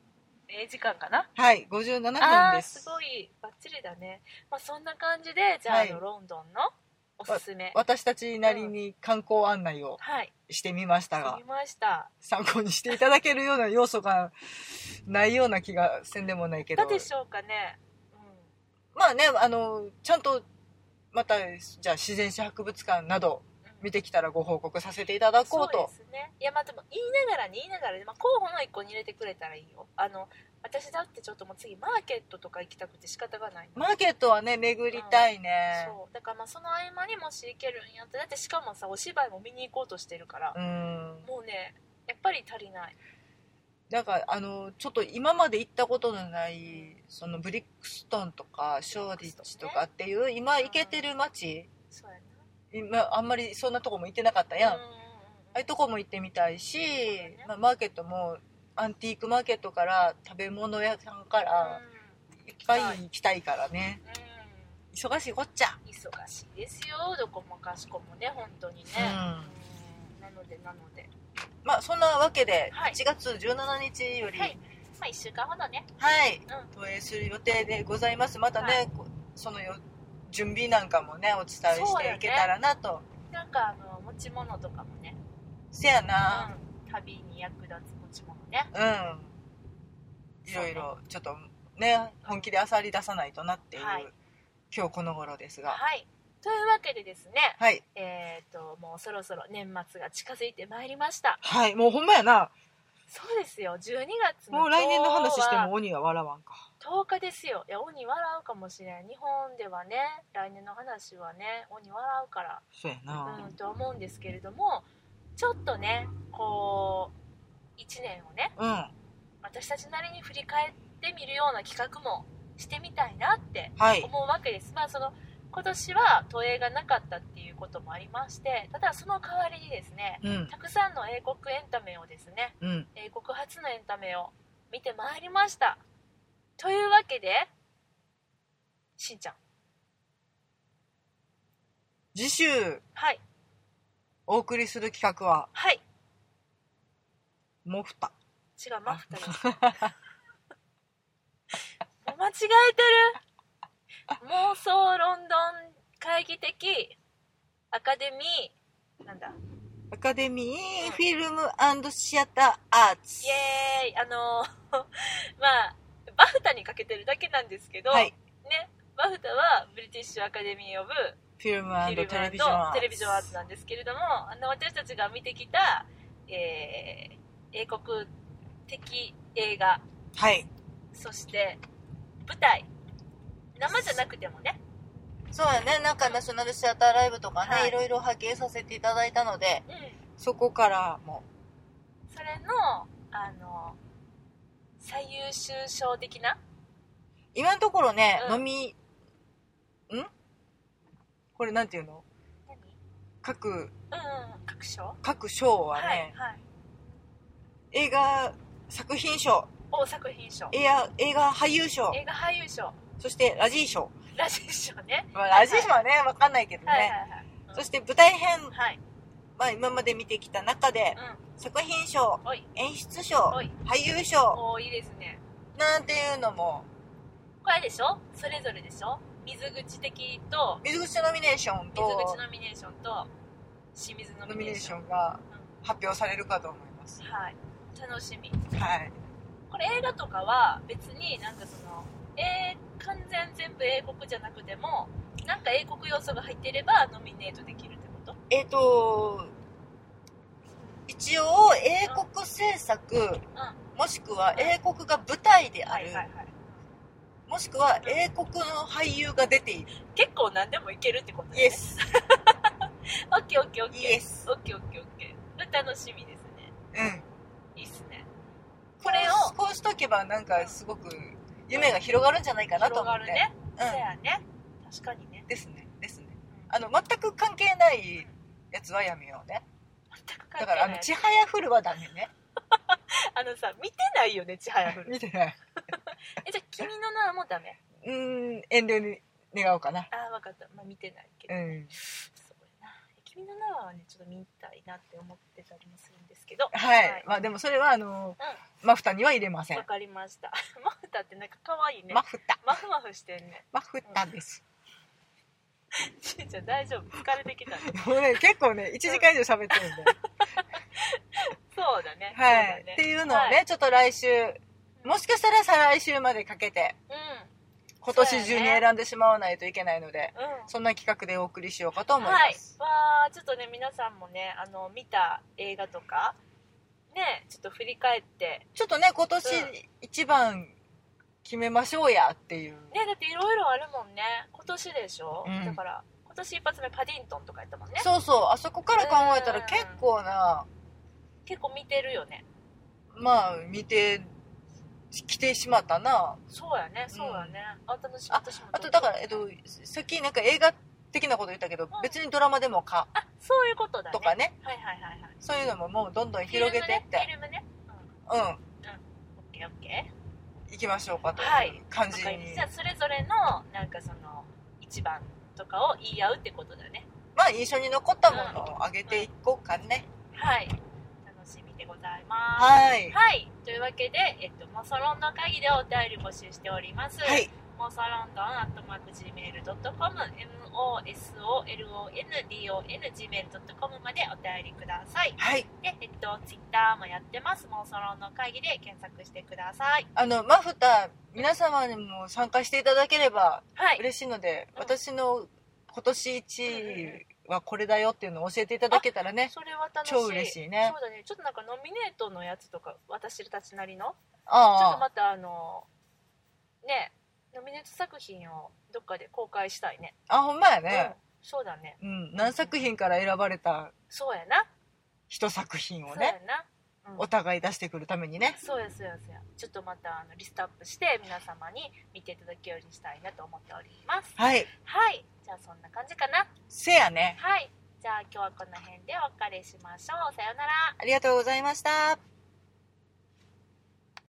Speaker 1: ええ時間かな
Speaker 2: はい57
Speaker 1: あ
Speaker 2: 分
Speaker 1: あ
Speaker 2: で
Speaker 1: ー
Speaker 2: す
Speaker 1: すごいバッチリだね、まあ、そんな感じでじゃあ,、
Speaker 2: はい
Speaker 1: あのロンドンのおすすめ
Speaker 2: 私たちなりに観光案内を
Speaker 1: はい
Speaker 2: してみましたが
Speaker 1: 見ました
Speaker 2: 参考にしていただけるような要素がないような気がせんでもないけど
Speaker 1: だでしょうかね、う
Speaker 2: まあねあのちゃんとまたじゃあ自然史博物館など
Speaker 1: んうん、
Speaker 2: 見てきたらご報告させていただこう
Speaker 1: そう
Speaker 2: と
Speaker 1: ですねいやまあでも言いながらに言いながらね、まあ、候補の一個に入れてくれたらいいよあの私だってちょっともう次マーケットとか行きたくて仕方がないの、
Speaker 2: マーケットはね巡りたいね
Speaker 1: そうだからまあその合間にもし行けるんやってだってしかもさお芝居も見に行こうとしてるから、
Speaker 2: うん
Speaker 1: もうねやっぱり足りない
Speaker 2: なんかあのちょっと今まで行ったことのないそのブリックストンとかショーディッチとかっていう今行けてる街
Speaker 1: そうや
Speaker 2: 今あんまりそんなとこも行ってなかったやん、
Speaker 1: な
Speaker 2: あ
Speaker 1: うんうんうん
Speaker 2: あいうとこも行ってみたいし、
Speaker 1: ね
Speaker 2: まあ、マーケットもアンティークマーケットから食べ物屋さんからいっぱい行きたいからね
Speaker 1: うん
Speaker 2: 忙しいこっちゃ
Speaker 1: うん忙しいですよどこもかしこもね本当にね、
Speaker 2: うん
Speaker 1: うんなのでなので
Speaker 2: まあそんなわけで
Speaker 1: はい
Speaker 2: 1月17日より
Speaker 1: はいまあ1週間ほどね
Speaker 2: はい、
Speaker 1: う
Speaker 2: 投影する予定でございますまたね、
Speaker 1: は
Speaker 2: こそのよ準備なんかもねお伝え
Speaker 1: そう
Speaker 2: し
Speaker 1: だ
Speaker 2: て
Speaker 1: ね
Speaker 2: いけたらなと、
Speaker 1: なんかあの持ち物とかもね
Speaker 2: せやな
Speaker 1: うん、旅に役立つ持ち物ね
Speaker 2: うん、いろいろちょっとね本気で漁り出さないとなっていう、
Speaker 1: はい
Speaker 2: 今日この頃ですが
Speaker 1: はいというわけでですね
Speaker 2: はい
Speaker 1: えっ、ともうそろそろ年末が近づいてまいりました
Speaker 2: はいもうほんまやな
Speaker 1: そうですよ12月の
Speaker 2: もう来年の話して
Speaker 1: 今日
Speaker 2: も鬼は笑わんか
Speaker 1: は10日ですよいや鬼笑うかもしれん日本ではね来年の話はね鬼笑うから
Speaker 2: そうやな
Speaker 1: うんとは思うんですけれどもちょっとねこう1年をね
Speaker 2: うん、
Speaker 1: 私たちなりに振り返ってみるような企画もしてみたいなって
Speaker 2: はい
Speaker 1: 思うわけです、まあ、その今年は都営がなかったっていうこともありましてただその代わりにですね
Speaker 2: うん
Speaker 1: たくさんの英国エンタメをですね
Speaker 2: うん
Speaker 1: 英国発のエンタメを見てまいりましたというわけでしんちゃん
Speaker 2: 次週
Speaker 1: はい
Speaker 2: お送りする企画は
Speaker 1: はい
Speaker 2: モフタ
Speaker 1: 違うマフ <laughs> ターもう間違えてる妄想ロンドン会議的アカデミーなんだ
Speaker 2: アカデミ
Speaker 1: うん
Speaker 2: ーフィルムシアターアーツ
Speaker 1: イエーイあのー <laughs> まあバフタにかけてるだけなんですけど、
Speaker 2: はい
Speaker 1: ねバフタはブリティッシュアカデミー・オブ・
Speaker 2: フィルム
Speaker 1: フィルム
Speaker 2: テレビジョンアーツ
Speaker 1: テレビジョンアーツなんですけれどもあの私たちが見てきた、えー英国的映画
Speaker 2: はい
Speaker 1: そして舞台生じゃなくてもね
Speaker 2: そうやねなんかナショナルシアターライブとかね、
Speaker 1: はい
Speaker 2: い、ろいろ拝見させていただいたので
Speaker 1: うん
Speaker 2: そこからも
Speaker 1: それのあの最優秀賞的な
Speaker 2: 今のところね、
Speaker 1: うん
Speaker 2: 飲みんこれなんていうの
Speaker 1: 何
Speaker 2: 各
Speaker 1: うんうん各賞
Speaker 2: 各賞はね、
Speaker 1: はいはい
Speaker 2: 映画作品賞
Speaker 1: 大作品賞
Speaker 2: 映画映画俳優賞
Speaker 1: 映画俳優賞
Speaker 2: そしてラジー賞、
Speaker 1: ラジオ賞ね
Speaker 2: まあ、ラジー賞はねわかんないけどね、
Speaker 1: はいはいはい
Speaker 2: そして舞台編、
Speaker 1: はい
Speaker 2: まあ、今まで見てきた中で
Speaker 1: う
Speaker 2: 作品賞
Speaker 1: んおい
Speaker 2: 演出賞
Speaker 1: おい
Speaker 2: 俳優賞
Speaker 1: おーいいですね
Speaker 2: なんていうのも
Speaker 1: これでしょそれぞれでしょ水口的と
Speaker 2: 水口ノミネーション
Speaker 1: 水口
Speaker 2: と
Speaker 1: ノミネーションと清水ノ
Speaker 2: ノ
Speaker 1: ミ
Speaker 2: ミ
Speaker 1: ネー
Speaker 2: ネー
Speaker 1: シ
Speaker 2: シ
Speaker 1: ョン
Speaker 2: ョンが発表されるかと思います
Speaker 1: はい楽しみ
Speaker 2: はい
Speaker 1: これ映画とかは別になんかその、えー完全全部英国じゃなくてもなんか英国要素が入っていればノミネートできるってこと
Speaker 2: えっ、と一応英国制作、もしくは英国が舞台であ
Speaker 1: はい
Speaker 2: る、
Speaker 1: はいはい
Speaker 2: もしくは英国の俳優が出ている
Speaker 1: 結構何でもいけるってこと
Speaker 2: イエス
Speaker 1: オッケーオッケーオッケー
Speaker 2: イエス
Speaker 1: オッケーオッケーオッケーこれ楽しみですね
Speaker 2: うん
Speaker 1: いいっすね
Speaker 2: これをこうしとけばなんかすごく夢が広がるんじゃないかなと
Speaker 1: 広
Speaker 2: 思
Speaker 1: が
Speaker 2: っ
Speaker 1: る
Speaker 2: て、
Speaker 1: ね、
Speaker 2: う
Speaker 1: そ
Speaker 2: ん
Speaker 1: やね確かにね、
Speaker 2: ですねですね
Speaker 1: うん
Speaker 2: あの全く関係ないやつはやめようね
Speaker 1: 全く関係
Speaker 2: だからあ
Speaker 1: な
Speaker 2: の
Speaker 1: い
Speaker 2: ちはやふるはダメね
Speaker 1: あのさ見てないよねちはや
Speaker 2: <laughs>
Speaker 1: ふる
Speaker 2: 見てない
Speaker 1: えじゃあ君の名はもうダメ
Speaker 2: うーん遠慮に願おうかな
Speaker 1: ああ分かったまあ見てないけど、
Speaker 2: うん
Speaker 1: そうやな君の名はねちょっと見たいなって思ってたりもするんですけどわ、
Speaker 2: はい、
Speaker 1: はい
Speaker 2: まあでもそれはあの、マフタには入れません
Speaker 1: かりました <laughs> マフタってなんか可愛いね、
Speaker 2: マフタ
Speaker 1: マフマフしてんね
Speaker 2: マフタです、 <laughs>
Speaker 1: しんちゃん大丈夫疲れてきたね
Speaker 2: もうね結構ね1時間以上喋ってるんで、
Speaker 1: そうだね
Speaker 2: はい、
Speaker 1: そうだね
Speaker 2: っていうのをね、
Speaker 1: はい
Speaker 2: ちょっと来週もしかしたら再来週までかけて今年中に選んでしまわないといけないので
Speaker 1: うんうん
Speaker 2: そんな企画でお送りしようかと思いま
Speaker 1: はい
Speaker 2: す。
Speaker 1: わーちょっとね皆さんもねあの見た映画とかねちょっと振り返って
Speaker 2: ちょっとね、今年
Speaker 1: うん
Speaker 2: 一番決めましょうやっていう。
Speaker 1: ねだっていろいろあるもんね今年でしょ、
Speaker 2: うん
Speaker 1: だから今年一発目パディントンとかやったもんね
Speaker 2: そうそう、あそこから考えたら結構な、
Speaker 1: 結構見てるよね
Speaker 2: まあ、見てきてしまったな。
Speaker 1: そうやねそうやね、あ楽しみ
Speaker 2: あ
Speaker 1: 私も
Speaker 2: あと、だから、えっと、さっきなんか映画的なこと言ったけど、別にドラマでもか、
Speaker 1: あそういうことだね
Speaker 2: とかね、
Speaker 1: はいはいはいはい
Speaker 2: そういうのももうどんどん広げてって、
Speaker 1: フィルムねフィルムね
Speaker 2: うん、
Speaker 1: うんオッケーオッケ
Speaker 2: 行きましょうかと
Speaker 1: はいいう
Speaker 2: 感
Speaker 1: ーわ
Speaker 2: じ
Speaker 1: かりました
Speaker 2: に
Speaker 1: じゃ。あそれぞれのなんかその一番とかを言い合うってことだね
Speaker 2: まあ、印象に残ったものを上げていこうかね。
Speaker 1: はい楽しみでございます
Speaker 2: はい。
Speaker 1: はい、というわけで、えっと、妄想ロンドン会議でお便り募集しております。
Speaker 2: はい。
Speaker 1: 妄想ロンドンアットマーク Gmail.com、MOSOLONDON.gmail.com までお便りください。
Speaker 2: はい。
Speaker 1: で、えっと、ツイッターもやってます。妄想ロンドン会議で検索してください。
Speaker 2: あの、マフタ、皆様にも参加していただければ、
Speaker 1: はい。
Speaker 2: 嬉しいので、
Speaker 1: うん
Speaker 2: 私の今年1位はこれだよっていうのを教えていただけたらね
Speaker 1: それは楽しい。
Speaker 2: 超嬉しいね
Speaker 1: そうだね。ちょっとなんかノミネートのやつとか、私たちなりの、ちょっと
Speaker 2: あ
Speaker 1: またあの、ね、ノミネート作品をどっかで公開したいね。
Speaker 2: ああほんまや
Speaker 1: うん
Speaker 2: ね、、
Speaker 1: そうだね。
Speaker 2: うん何作品から選ばれた
Speaker 1: そうやな。
Speaker 2: 一作品
Speaker 1: そ
Speaker 2: を
Speaker 1: うや
Speaker 2: ね
Speaker 1: な。うん
Speaker 2: お互い出してくるためにね
Speaker 1: そうやそうやそうや。ちょっとまたあのリストアップして皆様に見ていただけるようにしたいなと思っております。
Speaker 2: はい
Speaker 1: はい。じゃあそんな感じかな。
Speaker 2: せやね
Speaker 1: はい。じゃあ今日はこの辺でお別れしましょう。さようなら。
Speaker 2: ありがとうございました